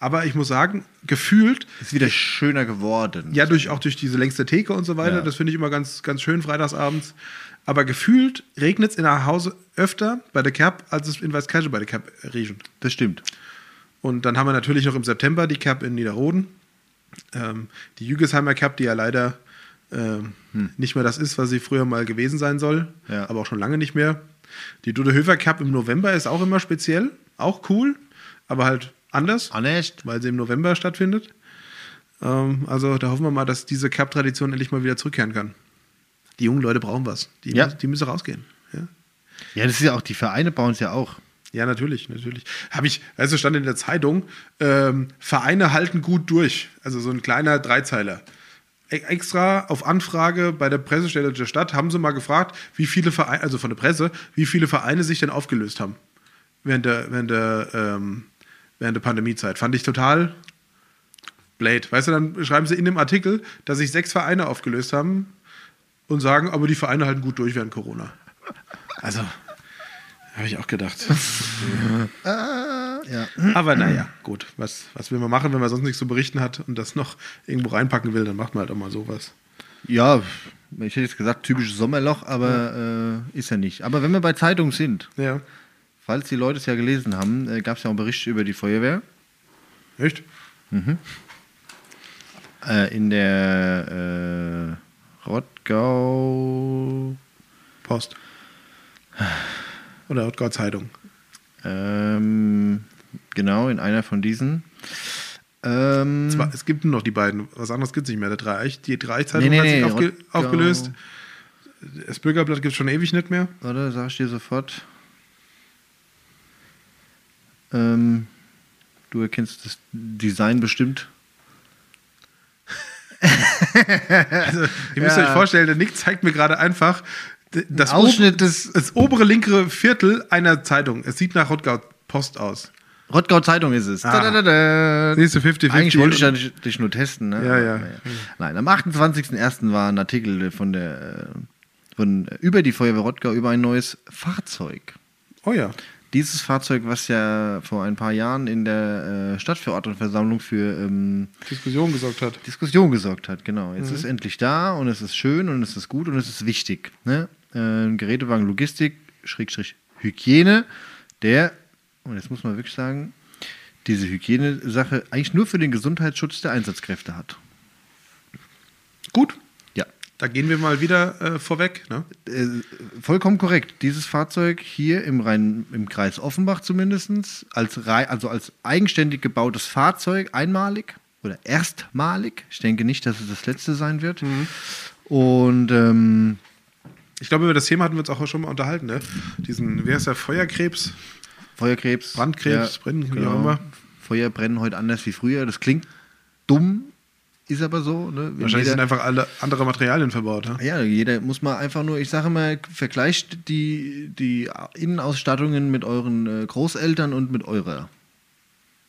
Aber ich muss sagen, gefühlt Ist wieder schöner geworden. ja, durch, auch durch diese längste Theke und so weiter. Ja. Das finde ich immer ganz, ganz schön freitagsabends. Aber gefühlt regnet es in der Hause öfter bei der Cap, als es in Weißkirchen bei der Cap regnet. Das stimmt. Und dann haben wir natürlich noch im September die Cap in Niederroden. Ähm, die Jügesheimer Cap, die ja leider ähm, nicht mehr das ist, was sie früher mal gewesen sein soll, Hm. Ja. aber auch schon lange nicht mehr. Die Dudehöfer Cap im November ist auch immer speziell, auch cool, aber halt anders Honest? weil sie im November stattfindet. Ähm, also da hoffen wir mal, dass diese Cup-Tradition endlich mal wieder zurückkehren kann. Die jungen Leute brauchen was. Die, Ja. mü- die müssen rausgehen. Ja, Ja, das ist ja auch, die Vereine bauen es ja auch. ja natürlich, natürlich. Habe ich, also stand in der Zeitung, ähm, Vereine halten gut durch. Also so ein kleiner Dreizeiler. E extra auf Anfrage bei der Pressestelle der Stadt haben sie mal gefragt, wie viele Vereine, also von der Presse, wie viele Vereine sich denn aufgelöst haben während der, während der, ähm, während der Pandemiezeit. Fand ich total Blade. Weißt du, dann schreiben sie in dem Artikel, dass sich sechs Vereine aufgelöst haben und sagen, aber die Vereine halten gut durch während Corona. Also, habe ich auch gedacht. Ja. Aber naja, gut. Was, was will man machen, wenn man sonst nichts zu berichten hat und das noch irgendwo reinpacken will, dann macht man halt auch mal sowas. Ja, ich hätte jetzt gesagt, typisches Sommerloch, aber äh, ist ja nicht. Aber wenn wir bei Zeitungen sind, Ja. falls die Leute es ja gelesen haben, äh, gab es ja auch einen Bericht über die Feuerwehr. Echt? Äh, in der äh, Rottgau. Post. Oder Outgau Zeitung. Ähm, genau, in einer von diesen. Ähm, Zwar, es gibt nur noch die beiden. Was anderes gibt es nicht mehr. Der Dreieich, die Dreieich-Zeitung Nee, nee, hat sich aufge nee, Rottgau- aufgelöst. Das Bürgerblatt gibt es schon ewig nicht mehr. Warte, sag ich dir sofort. Ähm, du erkennst das Design bestimmt. Also, ihr müsst Ja. euch vorstellen, der Nick zeigt mir gerade einfach d- das, ob Ausschnitt des das obere linke Viertel einer Zeitung. Es sieht nach Rottgau Post aus. Rottgau Zeitung ist es. Ah. Da, da, da, da. Siehst du, 50-50. Eigentlich wollte ich ja dich- dich nur testen. Ne? Ja, ja. Nein, am 28.01. war ein Artikel von der äh, von, über die Feuerwehr Rottgau über ein neues Fahrzeug. Oh ja. Dieses Fahrzeug, was ja vor ein paar Jahren in der äh, Stadtverordnetenversammlung für ähm, Diskussion gesorgt hat. Diskussion gesorgt hat, genau. Jetzt ist endlich da und es ist schön und es ist gut und es ist wichtig. Ne? Ähm, Gerätewagen Logistik, Schrägstrich Hygiene, der, und jetzt muss man wirklich sagen, diese Hygienesache eigentlich nur für den Gesundheitsschutz der Einsatzkräfte hat. Gut, Ja. da gehen wir mal wieder äh, vorweg. Ne? Äh, vollkommen korrekt. Dieses Fahrzeug hier im, Rhein, im Kreis Offenbach zumindest, als, Rei- also als eigenständig gebautes Fahrzeug, einmalig oder erstmalig. Ich denke nicht, dass es das letzte sein wird. Mhm. Und ähm, Ich glaube, über das Thema hatten wir uns auch schon mal unterhalten. Ne? Diesen, wer ist der Feuerkrebs? Feuerkrebs. genau. Brandkrebs, Brennen, wie auch immer. Feuer brennen heute anders wie früher. Das klingt dumm, ist aber so. Ne? Wenn Wahrscheinlich sind jeder, einfach alle andere Materialien verbaut. Ne? ja, jeder muss mal einfach nur, ich sage mal, vergleicht die, die Innenausstattungen mit euren äh, Großeltern und mit eurer.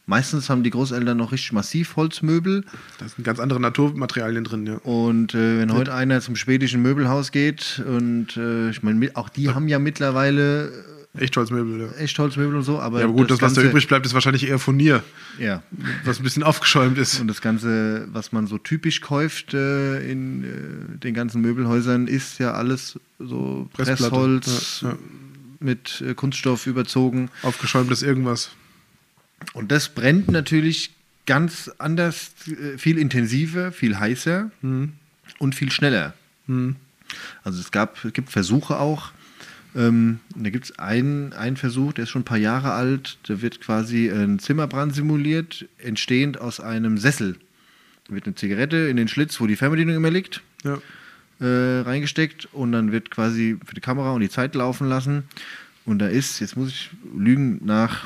Meistens haben die Großeltern noch richtig massiv Holzmöbel Da sind ganz andere Naturmaterialien drin. Ja. und äh, wenn heute einer zum schwedischen Möbelhaus geht und äh, ich meine, mit- auch die haben ja mittlerweile äh, Echtholzmöbel. Ja. echt Holzmöbel und so, aber ja, aber gut, das, was da Ganze- übrig bleibt, ist wahrscheinlich eher Furnier, ja. was ein bisschen aufgeschäumt ist. Und das Ganze, was man so typisch kauft äh, in äh, den ganzen Möbelhäusern, ist ja alles so Pressplatte, Pressholz ja, ja. mit äh, Kunststoff überzogen. Aufgeschäumtes irgendwas. Und das brennt natürlich ganz anders, äh, viel intensiver, viel heißer und viel schneller. Also es gab, es gibt Versuche auch. Ähm, da gibt es einen, einen Versuch, der ist schon ein paar Jahre alt. Da wird quasi ein Zimmerbrand simuliert, entstehend aus einem Sessel. Da wird eine Zigarette in den Schlitz, wo die Fernbedienung immer liegt, Ja. äh, reingesteckt und dann wird quasi für die Kamera und die Zeit laufen lassen. Und da ist, jetzt muss ich lügen, nach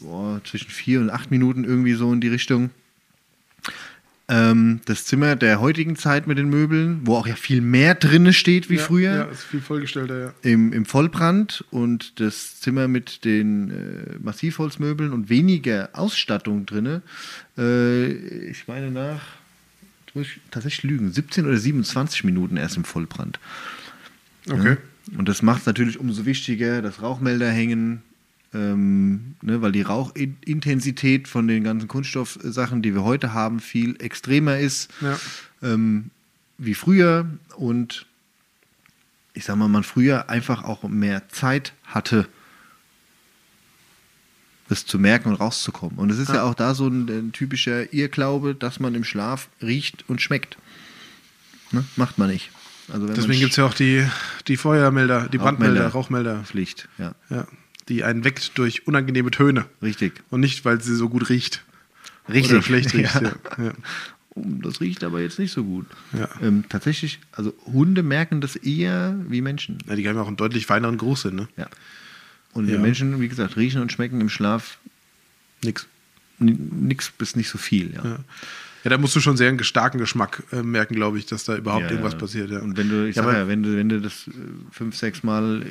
boah, zwischen vier und acht Minuten irgendwie so in die Richtung. Ähm, das Zimmer der heutigen Zeit mit den Möbeln, wo auch ja viel mehr drinne steht wie ja, früher Ja, ist viel vollgestellter, ja. im, im Vollbrand und das Zimmer mit den äh, Massivholzmöbeln und weniger Ausstattung drinne. Äh, ich meine nach, jetzt muss ich tatsächlich lügen, 17 oder 27 Minuten erst im Vollbrand. Okay. Und das macht es natürlich umso wichtiger, dass Rauchmelder hängen, ähm, ne, weil die Rauchintensität von den ganzen Kunststoffsachen, die wir heute haben, viel extremer ist Ja. ähm, wie früher. Und ich sag mal, man früher einfach auch mehr Zeit hatte, das zu merken und rauszukommen. Und es ist ja, auch da so ein, ein typischer Irrglaube, dass man im Schlaf riecht und schmeckt. Ne? Macht man nicht. Also wenn Deswegen gibt es ja auch die, die Feuermelder, die Brandmelder, Rauchmelder, Pflicht, ja. ja, die einen weckt durch unangenehme Töne Richtig. und nicht, weil sie so gut riecht. Richtig. Oder schlecht riecht. Ja. Ja. Ja. Oh, das riecht aber jetzt nicht so gut. Ja. Ähm, tatsächlich, also Hunde merken das eher wie Menschen. Ja, die haben ja auch einen deutlich feineren Geruchssinn, ne? Ja. Und wir Ja. Menschen, wie gesagt, riechen und schmecken im Schlaf Nix. n- nix bis nicht so viel. Ja. Ja. ja, da musst du schon sehr einen starken Geschmack äh, merken, glaube ich, dass da überhaupt Ja, irgendwas ja. passiert. Ja. Und wenn du, ich ja, sag aber- ja, wenn du, wenn du das äh, fünf, sechs Mal äh,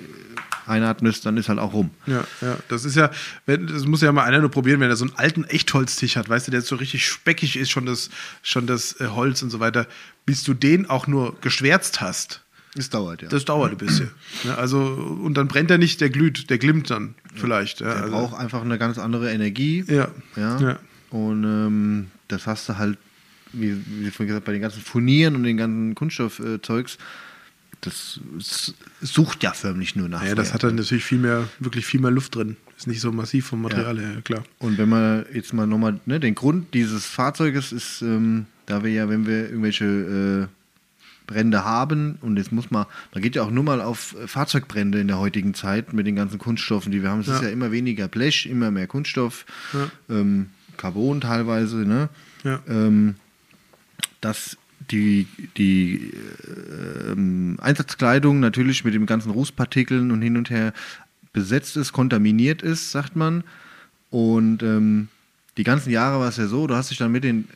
einatmest, dann ist halt auch rum. Ja, ja, das ist ja, wenn, das muss ja mal einer nur probieren, wenn er so einen alten Echtholztisch hat, weißt du, der so richtig speckig ist, schon das, schon das äh, Holz und so weiter, bis du den auch nur geschwärzt hast, Es dauert, ja. das dauert ein bisschen. Ne? Also, und dann brennt er nicht, der glüht, der glimmt dann vielleicht. Ja, Der also, braucht einfach eine ganz andere Energie. Ja. ja. Ja. Und ähm, das hast du halt, wie, wie vorhin gesagt, bei den ganzen Furnieren und den ganzen Kunststoffzeugs, äh, Zeugs, das s- sucht ja förmlich nur nach. ja, das Feuer. hat dann natürlich viel mehr, wirklich viel mehr Luft drin. Ist nicht so massiv vom Material her, klar. Und wenn man jetzt mal nochmal, ne, den Grund dieses Fahrzeuges ist, ähm, da wir ja, wenn wir irgendwelche äh, Brände haben, und jetzt muss man, man geht ja auch nur mal auf äh, Fahrzeugbrände in der heutigen Zeit mit den ganzen Kunststoffen, die wir haben. Es ist Ja. ja immer weniger Blech, immer mehr Kunststoff, Ja. ähm, Carbon teilweise, ne? Ja. Ähm, dass die, die äh, ähm, Einsatzkleidung natürlich mit den ganzen Rußpartikeln und hin und her besetzt ist, kontaminiert ist, sagt man. Und ähm, die ganzen Jahre war es ja so, du hast dich dann mit den,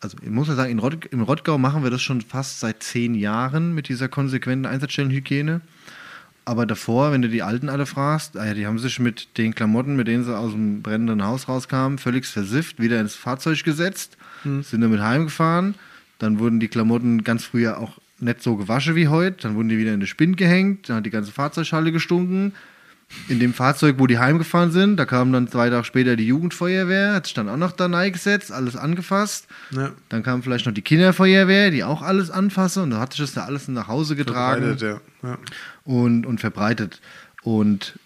also ich muss ja sagen, in Rott, im Rottgau machen wir das schon fast seit zehn Jahren mit dieser konsequenten Einsatzstellenhygiene. Aber davor, wenn du die Alten alle fragst, ah ja, die haben sich mit den Klamotten, mit denen sie aus dem brennenden Haus rauskamen, völlig versifft, wieder ins Fahrzeug gesetzt, sind damit heimgefahren. Dann wurden die Klamotten ganz früher auch nicht so gewaschen wie heute. Dann wurden die wieder in den Spind gehängt, dann hat die ganze Fahrzeughalle gestunken. In dem Fahrzeug, wo die heimgefahren sind, da kam dann zwei Tage später die Jugendfeuerwehr, hat sich dann auch noch da gesetzt, alles angefasst. Ja. Dann kam vielleicht noch die Kinderfeuerwehr, die auch alles anfasse und dann hat sich das da alles nach Hause getragen Verbreitet, Ja. Ja. und, und verbreitet. Und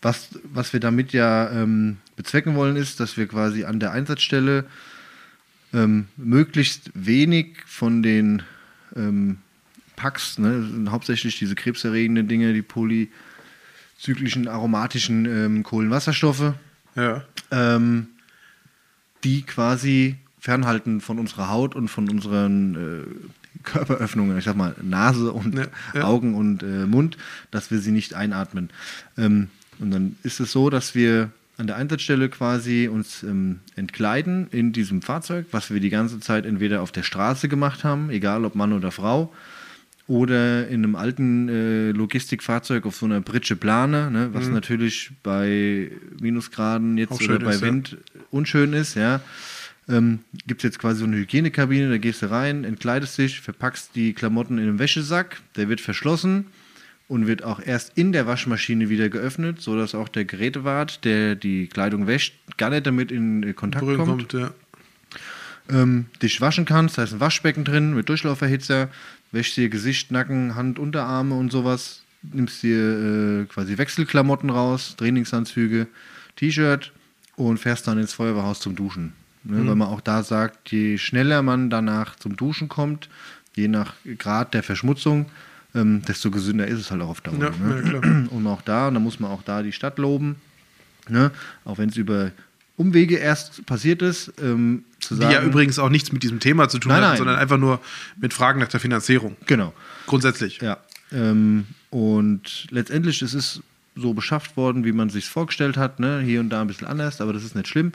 was, was wir damit ja ähm, bezwecken wollen, ist, dass wir quasi an der Einsatzstelle ähm, möglichst wenig von den ähm, Packs, ne, das sind hauptsächlich diese krebserregenden Dinge, die polyzyklischen aromatischen ähm, Kohlenwasserstoffe, ja. ähm, die quasi fernhalten von unserer Haut und von unseren äh, Körperöffnungen, ich sag mal Nase und Ja, ja. Augen und äh, Mund, dass wir sie nicht einatmen. Ähm, und dann ist es so, dass wir an der Einsatzstelle quasi uns ähm, entkleiden in diesem Fahrzeug, was wir die ganze Zeit entweder auf der Straße gemacht haben, egal ob Mann oder Frau, oder in einem alten äh, Logistikfahrzeug auf so einer Britsche Plane, ne, was natürlich bei Minusgraden jetzt Mhm. Auch oder schön bei ist, ja. Wind unschön ist, ja. Ähm, gibt es jetzt quasi so eine Hygienekabine, da gehst du rein, entkleidest dich, verpackst die Klamotten in einen Wäschesack, der wird verschlossen und wird auch erst in der Waschmaschine wieder geöffnet, sodass auch der Gerätewart, der die Kleidung wäscht, gar nicht damit in äh, Kontakt Berührung kommt kommt, ja. ähm, dich waschen kannst. Da ist ein Waschbecken drin mit Durchlauferhitzer. Wäschst dir Gesicht, Nacken, Hand, Unterarme und sowas. Nimmst dir äh, quasi Wechselklamotten raus, Trainingsanzüge, T-Shirt und fährst dann ins Feuerwehrhaus zum Duschen. Ne, Mhm. Weil man auch da sagt, je schneller man danach zum Duschen kommt, je nach Grad der Verschmutzung, ähm, desto gesünder ist es halt auch auf Dauer. Ja, ne? ja, klar. Und auch da, und da muss man auch da die Stadt loben, ne? auch wenn es über Umwege erst passiert ist, ähm, zu Die sagen. ja übrigens auch nichts mit diesem Thema zu tun Nein, hat, nein. sondern einfach nur mit Fragen nach der Finanzierung. Genau, Grundsätzlich. ja. Ähm, und letztendlich ist es so beschafft worden, wie man sich vorgestellt hat, ne? hier und da ein bisschen anders, aber das ist nicht schlimm.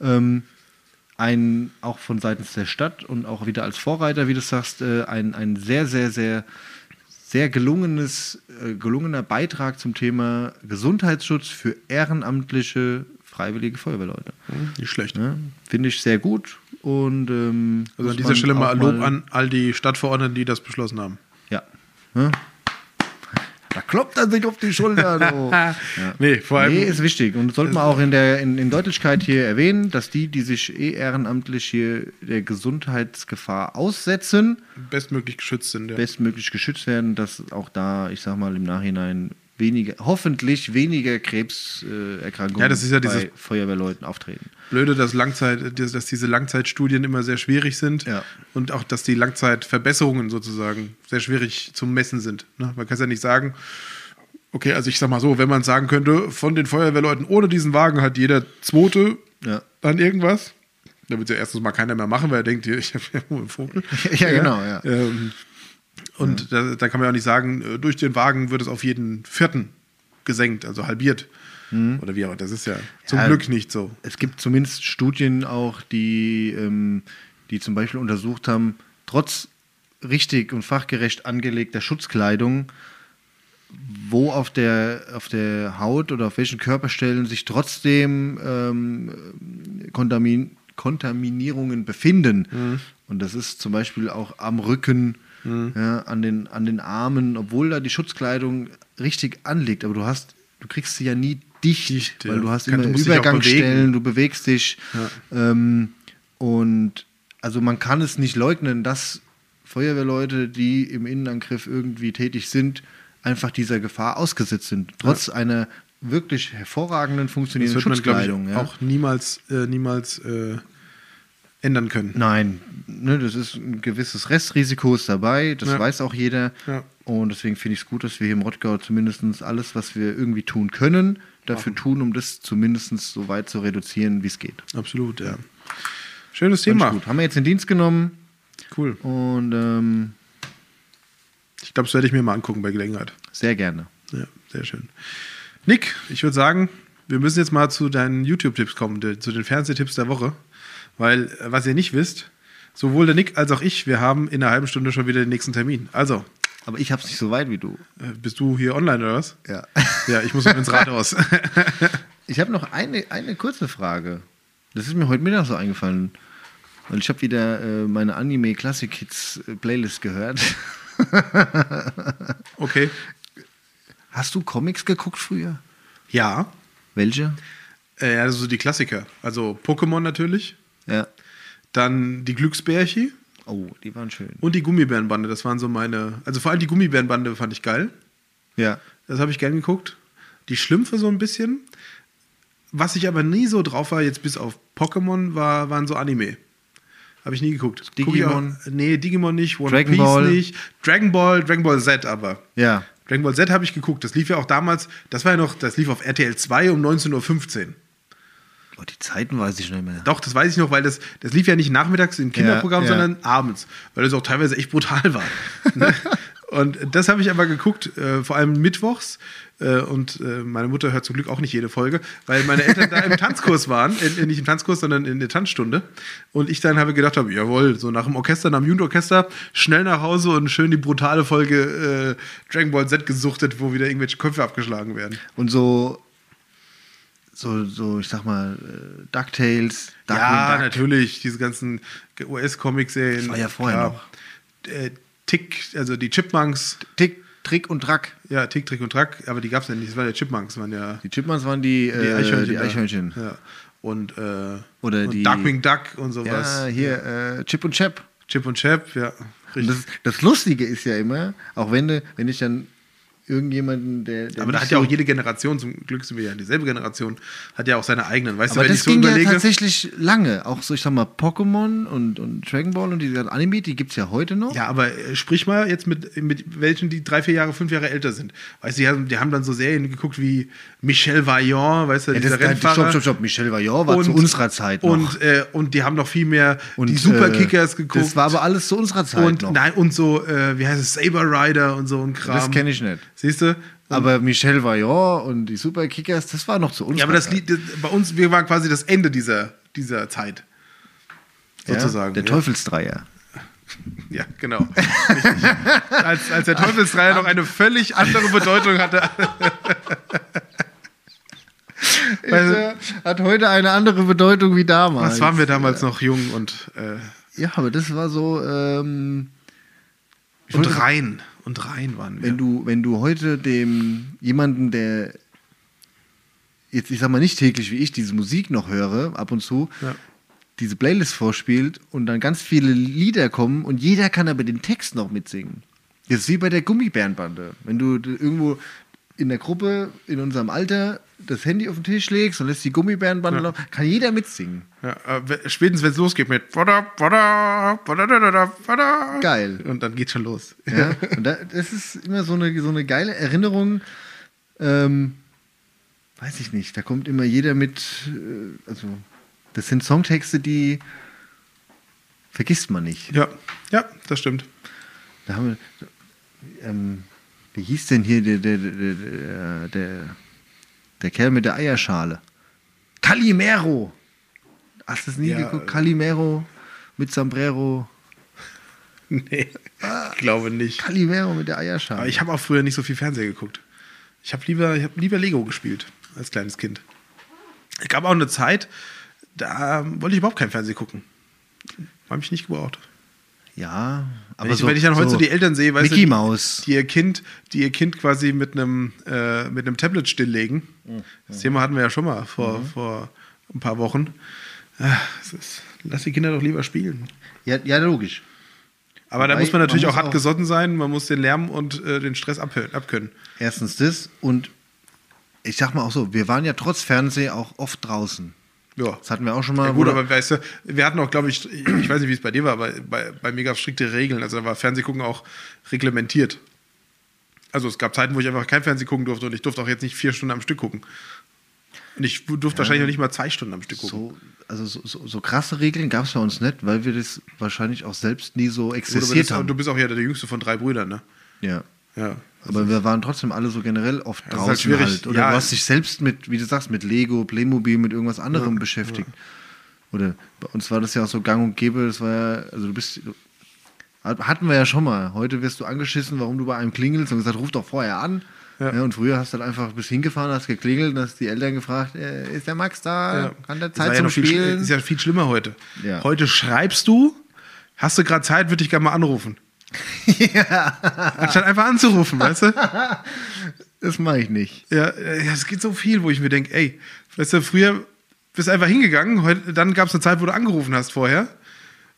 Ähm, ein, auch von seitens der Stadt und auch wieder als Vorreiter, wie du sagst, äh, ein, ein sehr, sehr, sehr, sehr gelungenes, äh, gelungener Beitrag zum Thema Gesundheitsschutz für ehrenamtliche, freiwillige Feuerwehrleute. Nicht schlecht. Ne? Finde ich sehr gut und ähm, Also muss an dieser man Stelle mal auch Lob an all die Stadtverordneten, die das beschlossen haben. Ja. Ne? Hm? Da klopft er sich auf die Schulter. So. ja. Nee, vor allem- Nee, ist wichtig. Und das sollte man auch in der in, in Deutlichkeit hier erwähnen, dass die, die sich eh ehrenamtlich hier der Gesundheitsgefahr aussetzen, Bestmöglich geschützt sind. Ja. bestmöglich geschützt werden, dass auch da, ich sag mal, im Nachhinein weniger, hoffentlich weniger Krebserkrankungen Ja, das ist ja dieses- bei Feuerwehrleuten auftreten. Blöde, dass, Langzeit, dass dass diese Langzeitstudien immer sehr schwierig sind Ja. und auch, dass die Langzeitverbesserungen sozusagen sehr schwierig zum Messen sind. Ne? Man kann es ja nicht sagen, okay, also ich sag mal so, wenn man sagen könnte, von den Feuerwehrleuten ohne diesen Wagen hat jeder Zweite Ja. dann irgendwas. Da wird ja erstens mal keiner mehr machen, weil er denkt, hier, ich habe ja wohl einen Vogel. Ja, genau, ja. Ähm, und da, da kann man ja auch nicht sagen, äh, durch den Wagen wird es auf jeden vierten gesenkt, also halbiert. Oder wie auch. Das ist ja zum Mhm. Ja. Glück nicht so. Es gibt zumindest Studien auch, die, ähm, die zum Beispiel untersucht haben, trotz richtig und fachgerecht angelegter Schutzkleidung, wo auf der, auf der Haut oder auf welchen Körperstellen sich trotzdem ähm, Kontamin Kontaminierungen befinden. Mhm. Und das ist zum Beispiel auch am Rücken, ja, an, den, an den Armen, obwohl da die Schutzkleidung richtig anliegt. Aber du hast, du kriegst sie ja nie dicht, Dicht, ja. weil du hast Kann- immer du musst dich auch Übergangsstellen, du bewegst dich. Ähm, und also man kann es nicht leugnen, dass Feuerwehrleute, die im Innenangriff irgendwie tätig sind, einfach dieser Gefahr ausgesetzt sind. Trotz einer wirklich hervorragenden Das funktionierenden wird man, glaube Schutzkleidung. ich, ja. auch niemals, äh, niemals äh, ändern können. Nein, ne, das ist ein gewisses Restrisiko ist dabei, das Ja. weiß auch jeder. Ja. Und deswegen finde ich es gut, dass wir hier im Rottgau zumindest alles, was wir irgendwie tun können, dafür tun, um das zumindest so weit zu reduzieren, wie es geht. Absolut, ja. Schönes Fand ich Thema. Gut. Haben wir jetzt in Dienst genommen Cool. und ähm, Ich glaube, das werde ich mir mal angucken bei Gelegenheit. sehr gerne. Ja, sehr schön. Nick, ich würde sagen, wir müssen jetzt mal zu deinen YouTube-Tipps kommen, de- zu den Fernsehtipps der Woche. Weil, äh, was ihr nicht wisst, sowohl der Nick als auch ich, wir haben in einer halben Stunde schon wieder den nächsten Termin. Also, Aber ich hab's nicht so weit wie du. äh, bist du hier online oder was? Ja. Ja, ich muss noch ins Rathaus. Ich habe noch eine, eine kurze Frage. Das ist mir heute Mittag so eingefallen. Weil ich habe wieder äh, meine Anime Classic Hits äh, Playlist gehört. Okay. Hast du Comics geguckt früher? Ja, Welche? äh, ja, das sind so die Klassiker. Also Pokémon natürlich, Ja. dann die Glücksbärchi Oh, die waren schön. und die Gummibärenbande. Das waren so meine, also vor allem die Gummibärenbande fand ich geil. Ja. Das habe ich gern geguckt. Die Schlümpfe so ein bisschen. Was ich aber nie so drauf war, jetzt bis auf Pokémon, war, waren so Anime. Habe ich nie geguckt. Guck ich Digimon? Auch, nee, Digimon nicht, One Dragon Piece Ball? nicht. Dragon Ball, Dragon Ball Z aber. Ja. Dragon Ball Z habe ich geguckt. Das lief ja auch damals, das war ja noch, das lief auf RTL 2 um 19.15 Uhr. Oh, die Zeiten weiß ich nicht mehr. Doch, das weiß ich noch, weil das, das lief ja nicht nachmittags im Kinderprogramm, Ja, ja. sondern abends, weil das auch teilweise echt brutal war. ne? Und das habe ich aber geguckt, äh, vor allem mittwochs. Äh, und äh, meine Mutter hört zum Glück auch nicht jede Folge, weil meine Eltern da im Tanzkurs waren, in, in, nicht im Tanzkurs, sondern in der Tanzstunde. Und ich dann habe gedacht, habe, jawohl, so nach dem Orchester, nach dem Jugendorchester, schnell nach Hause und schön die brutale Folge äh, Dragon Ball Z gesuchtet, wo wieder irgendwelche Köpfe abgeschlagen werden. Und so, so, so, ich sag mal, äh, DuckTales, ja, Duck. natürlich, diese ganzen US-Comic-Serien. Das war ja vorher Klar. Äh, Tick, also die Chipmunks, Tick, Trick und Track. ja, Tick, Trick und Track, aber die gab es ja nicht, das waren ja Chipmunks, waren ja Die Chipmunks waren die, die äh, Eichhörnchen. Die da. Eichhörnchen. Ja. Und, äh, Oder und die- Darkwing Duck und sowas. Ja, hier, äh, Chip und Chap. Chip und Chap, ja. Und das, das Lustige ist ja immer, auch wenn, du- wenn ich dann irgendjemanden, der. der aber da nicht hat ja auch so- jede Generation, zum Glück sind wir ja dieselbe Generation, hat ja auch seine eigenen. Weißt Aber du, wenn das ich so ging überlege. ja tatsächlich lange. Auch so, ich sag mal, Pokémon und, und Dragon Ball und diese ganzen Anime, die gibt's ja heute noch. Ja, aber äh, sprich mal jetzt mit, mit welchen, die drei, vier Jahre, fünf Jahre älter sind. Weißt du, die haben, die haben dann so Serien geguckt wie Michel Vaillant, weißt du, Ja, dieser das, Rennfahrer. stopp, stopp, stopp. Michel Vaillant war zu unserer Zeit noch. Und, äh, und die haben noch viel mehr Und, die Superkickers äh, geguckt. Das war aber alles zu unserer Zeit und, noch. Nein, und so, äh, wie heißt es, Saber Rider und so ein Kram. Das kenn ich nicht. Siehst du? aber Michel Vaillant und die Superkickers, das war noch zu unserer Ja, aber das Zeit. liegt das, bei uns, wir waren quasi das Ende dieser, dieser Zeit. Sozusagen. Der ja. Teufelsdreier. Ja, genau. Richtig. als, als der Teufelsdreier noch eine völlig andere Bedeutung hatte. Weil- Ist, äh, hat heute eine andere Bedeutung wie damals. Was waren wir damals noch jung und, äh, Ja, aber das war so. Ähm, ich und wollte- rein und rein waren wir. Wenn du, wenn du heute dem jemanden, der jetzt, ich sag mal, nicht täglich wie ich diese Musik noch höre, ab und zu, Ja. diese Playlist vorspielt und dann ganz viele Lieder kommen und jeder kann aber den Text noch mitsingen. Das ist wie bei der Gummibärenbande. Wenn du d- irgendwo in der Gruppe, in unserem Alter, das Handy auf den Tisch legst und lässt die Gummibärenbande laufen, kann jeder mitsingen. Ja, äh, we- spätestens, wenn es losgeht mit wada, wada, wada, wada, wada, wada. Geil. Und dann geht's schon los. Ja? Und da, das ist immer so eine, so eine geile Erinnerung. Ähm, weiß ich nicht, da kommt immer jeder mit. Äh, also, das sind Songtexte, die vergisst man nicht. Ja, ja das stimmt. Da haben wir. Ähm, wie hieß denn hier der, der, der, der, der, der Kerl mit der Eierschale? Calimero! Hast du es nie Ja, geguckt? äh. Calimero mit Sombrero. Nee, ich glaube nicht. Calimero mit der Eierschale. Aber Ah, ich habe auch früher nicht so viel Fernseher geguckt. Ich habe lieber, ich hab lieber Lego gespielt als kleines Kind. Es gab auch eine Zeit, da ähm, wollte ich überhaupt kein Fernsehen gucken. Habe ich nicht gebraucht. ja, aber Wenn ich, Also so, wenn ich dann heute so die Eltern sehe, weißt Mickey du, die- Maus. die ihr Kind, die ihr Kind quasi mit einem äh, mit einem Tablet stilllegen. Mhm. Das Thema hatten wir ja schon mal vor, vor ein paar Wochen. Ah, es ist, lass die Kinder doch lieber spielen. Ja, ja, logisch. Aber da Wobei, muss man natürlich man auch muss hart auch- gesotten sein, man muss den Lärm und äh, den Stress abhö- abkönnen. Erstens das und ich sag mal auch so, wir waren ja trotz Fernsehen auch oft draußen. Ja. Das hatten wir auch schon mal. Ja, gut, wo- aber weißt du, wir hatten auch, glaube ich, ich weiß nicht, wie es bei dir war, aber bei, bei mir gab es strikte Regeln. Also da war Fernsehgucken auch reglementiert. Also es gab Zeiten, wo ich einfach kein Fernsehen gucken durfte und ich durfte auch jetzt nicht vier Stunden am Stück gucken. Und ich durfte wahrscheinlich noch nicht mal zwei Stunden am Stück gucken. so, also so, so, so krasse Regeln gab es bei uns nicht, weil wir das wahrscheinlich auch selbst nie so Gut, aber das, exzessiert ist auch- du haben. bist auch ja der jüngste von drei Brüdern, ne? Ja. Ja. Aber wir waren trotzdem alle so generell oft ist draußen halt schwierig. halt. Oder Ja. du hast dich selbst mit, wie du sagst, mit Lego, Playmobil, mit irgendwas anderem beschäftigt. Oder bei uns war das ja auch so gang und gäbe, das war ja, also du bist, du- hatten wir ja schon mal. Heute wirst du angeschissen, warum du bei einem klingelst und gesagt, ruf doch vorher an. Ja. Ja. und früher hast du dann einfach bis hingefahren, hast geklingelt und hast die Eltern gefragt, äh, ist der Max da? Ja. Kann der Das war Zeit ja zum noch viel, sch- Spielen? Ist ja viel schlimmer heute. Ja. Heute schreibst du, hast du gerade Zeit, würde ich gerne mal anrufen. ja. Anstatt einfach anzurufen, weißt du? das mache ich nicht. Ja, äh, ja, es geht so viel, wo ich mir denke, ey, weißt du, früher bist du einfach hingegangen, heute, dann gab es eine Zeit, wo du angerufen hast vorher.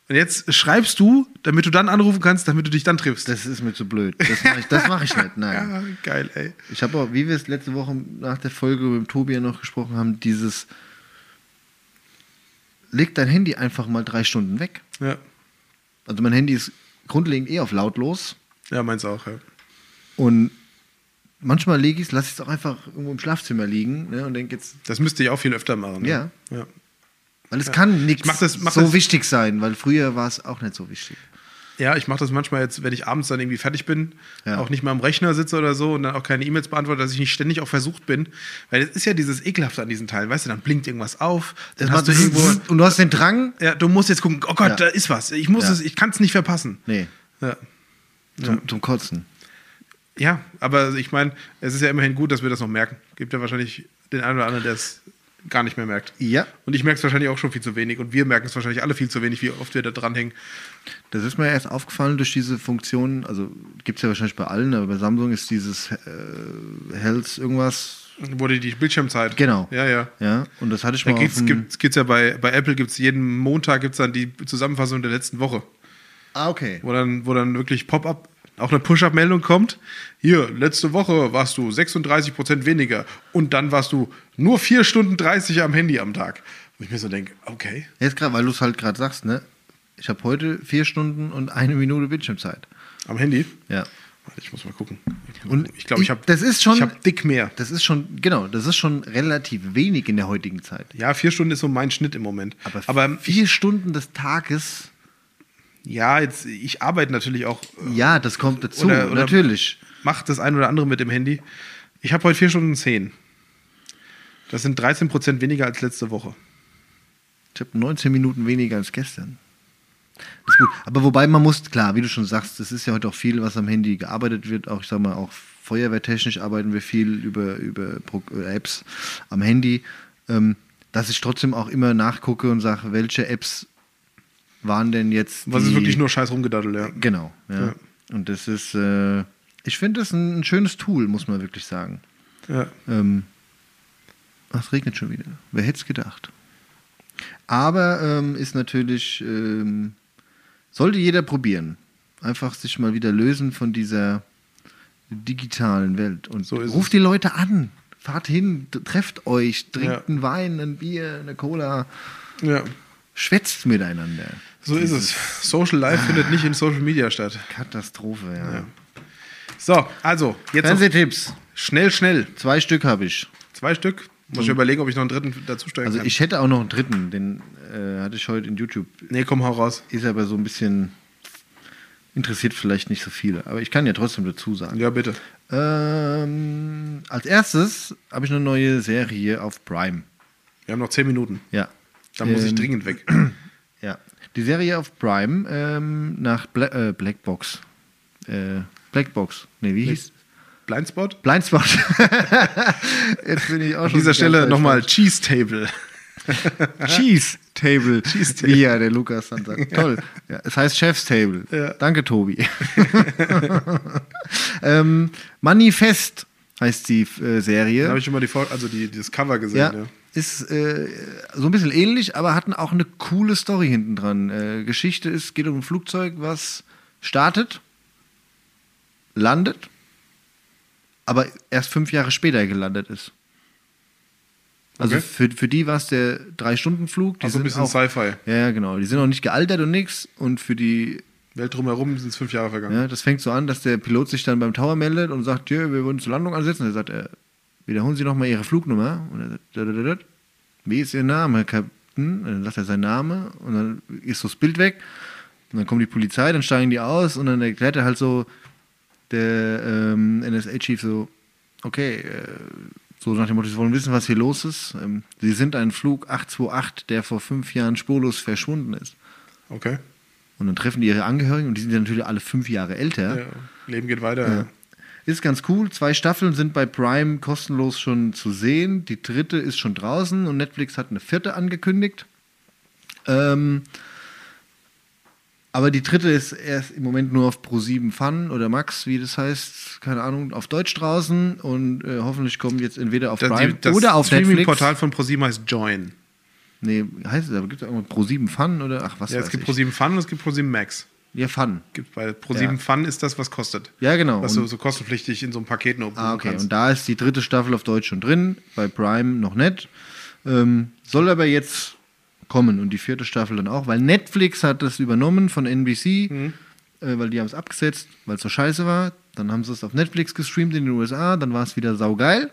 Und jetzt schreibst du, damit du dann anrufen kannst, damit du dich dann triffst. Das ist mir zu blöd. Das mache ich, das mach ich nicht. Nein. ja, geil, ey. Ich habe auch, wie wir es letzte Woche nach der Folge mit dem Tobias noch gesprochen haben, dieses leg dein Handy einfach mal drei Stunden weg. Ja, Also mein Handy ist grundlegend eh auf lautlos ja meins auch, ja. und manchmal lege ich es, lasse ich es auch einfach irgendwo im Schlafzimmer liegen ne, und denke jetzt, Das müsste ich auch viel öfter machen. ne? Ja. ja. weil es kann nichts mach das- mach so das- wichtig sein, weil früher war es auch nicht so wichtig. Ja, ich mache das manchmal jetzt, wenn ich abends dann irgendwie fertig bin, Ja. auch nicht mal am Rechner sitze oder so und dann auch keine E-Mails beantworte, dass ich nicht ständig auch versucht bin. Weil das ist ja dieses Ekelhafte an diesen Teilen, weißt du, dann blinkt irgendwas auf, dann Das hast du macht- irgendwo, und du hast den Drang, ja, du musst jetzt gucken, oh Gott, Ja. da ist was, ich muss Ja. es, ich kann es nicht verpassen. nee, Ja. zum, zum Kotzen. ja, aber ich meine, es ist ja immerhin gut, dass wir das noch merken. Gibt ja wahrscheinlich den einen oder anderen, der es gar nicht mehr merkt. Ja, Und ich merke es wahrscheinlich auch schon viel zu wenig und wir merken es wahrscheinlich alle viel zu wenig, wie oft wir da dranhängen. Das ist mir erst aufgefallen durch diese Funktion, also gibt es ja wahrscheinlich bei allen, aber bei Samsung ist dieses äh, Health irgendwas, Wurde die Bildschirmzeit. Genau. Ja, ja. ja, und das hatte ich Da mal geht's, auf dem, gibt's, gibt's ja bei, bei Apple gibt's jeden Montag gibt's dann die Zusammenfassung der letzten Woche, Ah, okay. wo dann, wo dann wirklich Pop-up, auch eine Push-Up-Meldung kommt. Hier, letzte Woche warst du 36% weniger und dann warst du nur 4 Stunden 30 am Handy am Tag. Wo ich mir so denke, okay. Jetzt gerade, weil du es halt gerade sagst, ne? Ich habe heute vier Stunden und eine Minute Bildschirmzeit. Am Handy? Ja. Warte, Ich muss mal gucken. Und ich glaube, ich habe das ist schon- ich hab dick mehr. Das ist schon, genau, das ist schon relativ wenig in der heutigen Zeit. Ja, vier Stunden ist so mein Schnitt im Moment. Aber, vier Stunden des Tages, ja, jetzt, ich arbeite natürlich auch ja, das kommt dazu, Oder- oder- natürlich. macht das ein oder andere mit dem Handy. Ich habe heute 4 Stunden 10. Das sind 13% weniger als letzte Woche. Ich habe 19 Minuten weniger als gestern. Ist gut. Aber wobei man muss, klar, wie du schon sagst, es ist ja heute auch viel, was am Handy gearbeitet wird. Auch ich sag mal, auch feuerwehrtechnisch arbeiten wir viel über, über Pro- äh, Apps am Handy. Ähm, dass ich trotzdem auch immer nachgucke und sage, welche Apps waren denn jetzt. Was die- ist wirklich nur scheiß rumgedaddelt, ja. Genau, ja. Ja. Und das ist, äh, Ich finde es ein, ein schönes Tool, muss man wirklich sagen. Ja. Ähm, ach, es regnet schon wieder. Wer hätte es gedacht? Aber ähm, ist natürlich, ähm, sollte jeder probieren. Einfach sich mal wieder lösen von dieser digitalen Welt. Und So ist ruft es. die Leute an. Fahrt hin, t- trefft euch, trinkt Ja. einen Wein, ein Bier, eine Cola, ja. schwätzt miteinander. So ist es. Social Life findet nicht in Social Media statt. Katastrophe, ja. So, also, jetzt noch Fernsehtipps. schnell, schnell. Zwei Stück habe ich. Zwei Stück. Muss ich überlegen, ob ich noch einen dritten dazu steigen Mhm. Also kann. ich hätte auch noch einen dritten, den äh, hatte ich heute in YouTube. nee, komm, hau raus. Ist aber so ein bisschen interessiert vielleicht nicht so viele. Aber ich kann ja trotzdem dazu sagen. Ja, bitte. Ähm, als erstes habe ich eine neue Serie auf Prime. Wir haben noch zehn Minuten. Ja. Dann muss ich Ähm, dringend weg. Ja. Die Serie auf Prime ähm, nach Bla äh, Black Box. Äh, Black Box. Nee, wie hieß? Blindspot? Blindspot. Jetzt bin ich auch An dieser Stelle nochmal Cheese Table. Cheese Table. Cheese Table. Wie ja der Lukas dann sagt. Toll. Ja, es heißt Chef's Table. Ja. Danke, Tobi. ähm, Manifest heißt die äh, Serie. Da habe ich schon mal die, Vor also die, das Cover gesehen. ja. Ja. Ist äh, so ein bisschen ähnlich, aber hatten auch eine coole Story hinten dran. Äh, Geschichte ist, geht um ein Flugzeug, was startet, landet, aber erst fünf Jahre später gelandet ist. Also Okay. für, für die war es der Drei-Stunden-Flug. die Also ein sind bisschen auch- Sci-Fi. ja, genau. Die sind noch nicht gealtert und nix. Und für die, Welt drumherum sind es fünf Jahre vergangen. ja, das fängt so an, dass der Pilot sich dann beim Tower meldet und sagt, ja, wir wollen zur Landung ansetzen. Er sagt, äh, wiederholen Sie nochmal Ihre Flugnummer. Und er sagt, "Da, da, da, da. wie ist Ihr Name, Herr Captain? Und dann sagt er seinen Namen und dann ist so das Bild weg. Und dann kommt die Polizei, dann steigen die aus und dann erklärt er halt so, der ähm, NSA-Chief so, okay, äh, so nach dem Motto, sie wollen wissen, was hier los ist. Ähm, sie sind ein Flug 828, der vor fünf Jahren spurlos verschwunden ist. Okay. Und dann treffen die ihre Angehörigen und die sind ja natürlich alle fünf Jahre älter. Ja. Leben geht weiter. Ja. Ist ganz cool. Zwei Staffeln sind bei Prime kostenlos schon zu sehen. Die dritte ist schon draußen und Netflix hat eine vierte angekündigt. Ähm, aber die dritte ist erst im Moment nur auf Pro7 Fun oder Max, wie das heißt, keine Ahnung, auf Deutsch draußen und äh, hoffentlich kommt jetzt entweder auf Das, Prime die, das oder auf Netflix. Streaming-Portal von ProSieben heißt Join. Nee, heißt es aber, gibt es auch Pro7 Fun oder ach, was Ja, weiß es gibt ich. ProSieben Fun und es gibt ProSieben Max. ja, Fun. Gibt bei ProSieben Ja. Fun ist das, was kostet. Ja, genau. Was du Und- so kostenpflichtig in so einem Paket nur Ah, buchen okay. kannst. Und da ist die dritte Staffel auf Deutsch schon drin, bei Prime noch nicht. Ähm, soll aber jetzt kommen und die vierte Staffel dann auch, weil Netflix hat das übernommen von NBC, äh, weil die haben es abgesetzt, weil es so scheiße war. Dann haben sie es auf Netflix gestreamt in den USA, dann war es wieder saugeil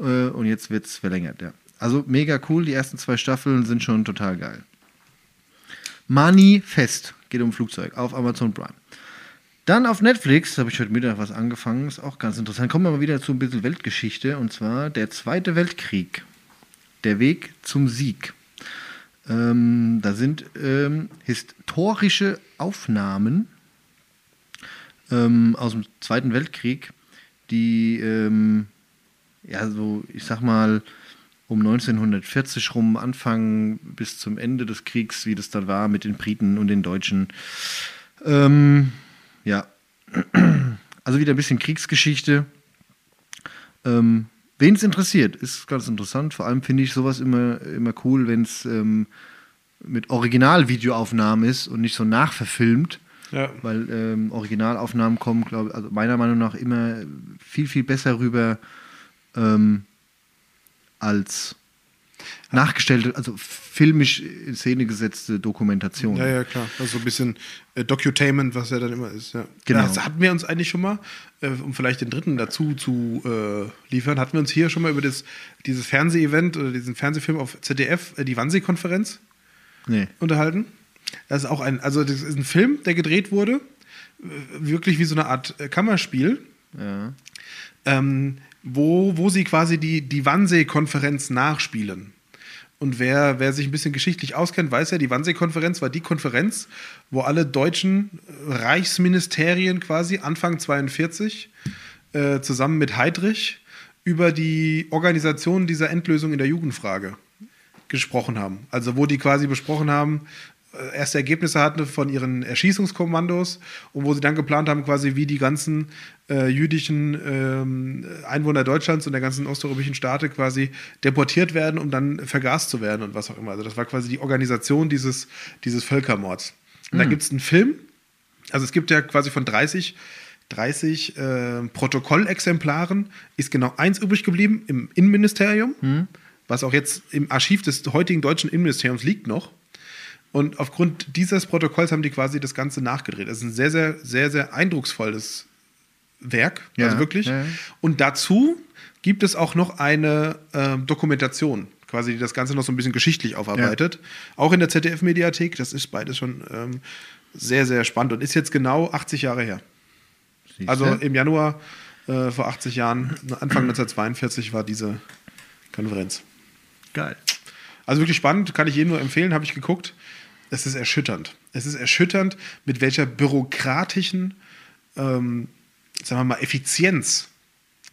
äh, und jetzt wird es verlängert, ja. Also mega cool, die ersten zwei Staffeln sind schon total geil. Manifest geht um Flugzeug auf Amazon Prime. Dann auf Netflix habe ich heute Mittag was angefangen, ist auch ganz interessant. Kommen wir mal wieder zu ein bisschen Weltgeschichte und zwar der Zweite Weltkrieg. Der Weg zum Sieg. Ähm, da sind ähm, historische Aufnahmen ähm, aus dem Zweiten Weltkrieg, die, ähm, ja, so, ich sag mal, um 1940 rum anfangen bis zum Ende des Kriegs, wie das dann war mit den Briten und den Deutschen. Ähm, ja. Also wieder ein bisschen Kriegsgeschichte. Ähm, Wen es interessiert, ist ganz interessant. Vor allem finde ich sowas immer, immer cool, wenn es ähm, mit Originalvideoaufnahmen ist und nicht so nachverfilmt. Ja. Weil ähm, Originalaufnahmen kommen, glaube also meiner Meinung nach immer viel, viel besser rüber ähm, als nachgestellte, also filmisch in Szene gesetzte Dokumentation. Ja, ja, klar. Also so ein bisschen äh, Docutainment, was ja dann immer ist. Ja. Genau. Das hatten wir uns eigentlich schon mal, äh, um vielleicht den dritten dazu zu äh, liefern, hatten wir uns hier schon mal über das, dieses Fernseh-Event oder diesen Fernsehfilm auf ZDF, äh, die Wannsee-Konferenz, Nee. unterhalten. Das ist auch ein, also das ist ein Film, der gedreht wurde, äh, wirklich wie so eine Art äh, Kammerspiel, Ja. ähm, wo, wo sie quasi die, die Wannsee-Konferenz nachspielen. Und wer, wer sich ein bisschen geschichtlich auskennt, weiß ja, die Wannsee-Konferenz war die Konferenz, wo alle deutschen äh, Reichsministerien quasi Anfang 42 äh, zusammen mit Heydrich über die Organisation dieser Endlösung in der Jugendfrage gesprochen haben. Also wo die quasi besprochen haben, äh, erste Ergebnisse hatten von ihren Erschießungskommandos und wo sie dann geplant haben, quasi wie die ganzen äh, jüdischen ähm, Einwohner Deutschlands und der ganzen osteuropäischen Staate quasi deportiert werden, um dann vergast zu werden und was auch immer. Also das war quasi die Organisation dieses, dieses Völkermords. Und da Hm. gibt es einen Film, also es gibt ja quasi von 30 30 äh, Protokollexemplaren ist genau eins übrig geblieben im Innenministerium, Mhm. was auch jetzt im Archiv des heutigen deutschen Innenministeriums liegt noch. Und aufgrund dieses Protokolls haben die quasi das Ganze nachgedreht. Das ist ein sehr, sehr, sehr, sehr eindrucksvolles Werk, Ja, also wirklich. ja. Und dazu gibt es auch noch eine ähm, Dokumentation, quasi, die das Ganze noch so ein bisschen geschichtlich aufarbeitet. Auch in der ZDF-Mediathek, das ist beides schon ähm, sehr, sehr spannend und ist jetzt genau 80 Jahre her. Siehste? Also im Januar äh, vor 80 Jahren, Anfang 1942 war diese Konferenz. geil. Also wirklich spannend, kann ich jedem nur empfehlen, habe ich geguckt. Es ist erschütternd. Es ist erschütternd, mit welcher bürokratischen, ähm, sagen wir mal, Effizienz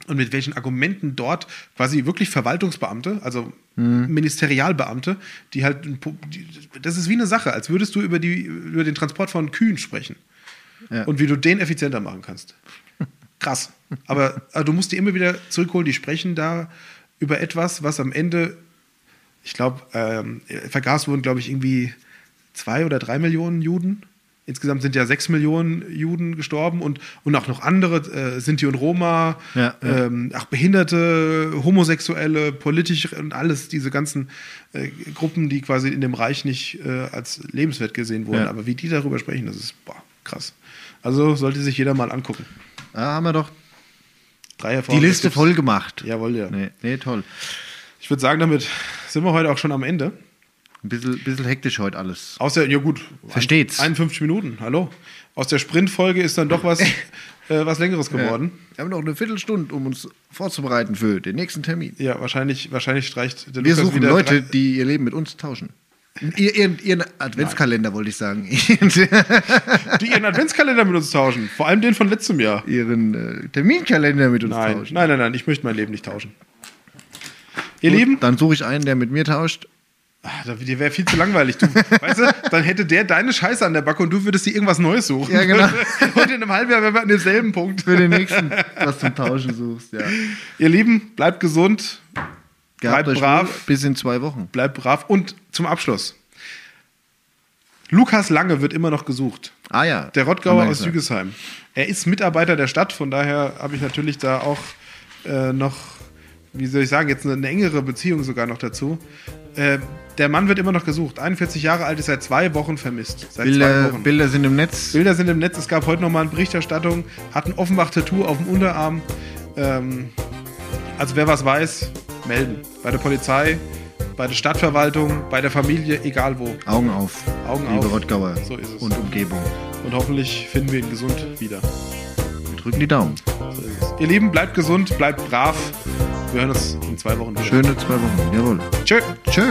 und mit welchen Argumenten dort quasi wirklich Verwaltungsbeamte, also Ministerialbeamte, die halt, ein Pu- die, das ist wie eine Sache, als würdest du über, die, über den Transport von Kühen sprechen Ja. und wie du den effizienter machen kannst. Krass. Aber äh, du musst die immer wieder zurückholen, die sprechen da über etwas, was am Ende ich glaube, ähm, vergast wurden, glaube ich, irgendwie zwei oder drei Millionen Juden. Insgesamt sind ja sechs Millionen Juden gestorben und, und auch noch andere, äh, Sinti und Roma, Ja, ja. Ähm, auch Behinderte, Homosexuelle, politisch und alles, diese ganzen äh, Gruppen, die quasi in dem Reich nicht äh, als lebenswert gesehen wurden. Ja. Aber wie die darüber sprechen, das ist boah, krass. Also sollte sich jeder mal angucken. Da Ah, haben wir doch Drei die Liste voll gemacht. Jawohl, ja. Nee, nee, toll. Ich würde sagen, damit sind wir heute auch schon am Ende. Ein bisschen, bisschen hektisch heute alles. Außer, ja gut. Versteht's. 51 Minuten, hallo. Aus der Sprintfolge ist dann doch was, äh, was Längeres geworden. Ja. Wir haben noch eine Viertelstunde, um uns vorzubereiten für den nächsten Termin. Ja, wahrscheinlich, wahrscheinlich streicht der Wir Lukas suchen wieder Leute, drei- die ihr Leben mit uns tauschen. Ihr, ihren, ihren Adventskalender wollte ich sagen. Ihren, die ihren Adventskalender mit uns tauschen. Vor allem den von letztem Jahr. ihren äh, Terminkalender mit uns Nein, tauschen. nein, nein, nein, ich möchte mein Leben nicht tauschen. Ihr Gut, Lieben, Dann suche ich einen, der mit mir tauscht. ah, da- dir wäre viel zu langweilig. Du, weißt du, dann hätte der deine Scheiße an der Backe und du würdest dir irgendwas Neues suchen. Ja, genau. Und in einem halben Jahr wären wir an demselben Punkt. Für den nächsten, was zum Tauschen suchst. Ja. Ihr Lieben, bleibt gesund, Gehabt Bleibt euch wohl. brav. Bis in zwei Wochen. bleibt brav. Und zum Abschluss. Lukas Lange wird immer noch gesucht. Ah ja. Der haben Rottgauer wir aus gesagt. Jügesheim. Er ist Mitarbeiter der Stadt, von daher habe ich natürlich da auch äh, noch, wie soll ich sagen, jetzt eine, eine engere Beziehung sogar noch dazu. Äh, der Mann wird immer noch gesucht. 41 Jahre alt ist seit zwei Wochen vermisst. Seit zwei Bilder, Wochen. Bilder sind im Netz. Bilder sind im Netz. Es gab heute nochmal eine Berichterstattung. Hat ein Offenbach-Tattoo auf dem Unterarm. Ähm, also wer was weiß, melden. Bei der Polizei, bei der Stadtverwaltung, bei der Familie, egal wo. Augen auf. Augen liebe auf. Rottgauer So ist es. und Umgebung. Und hoffentlich finden wir ihn gesund wieder. Wir drücken die Daumen. So ist es. Ihr Lieben, bleibt gesund, bleibt brav. Wir hören uns in zwei Wochen wieder. Schöne zwei Wochen. Jawohl. Tschö. Tschö.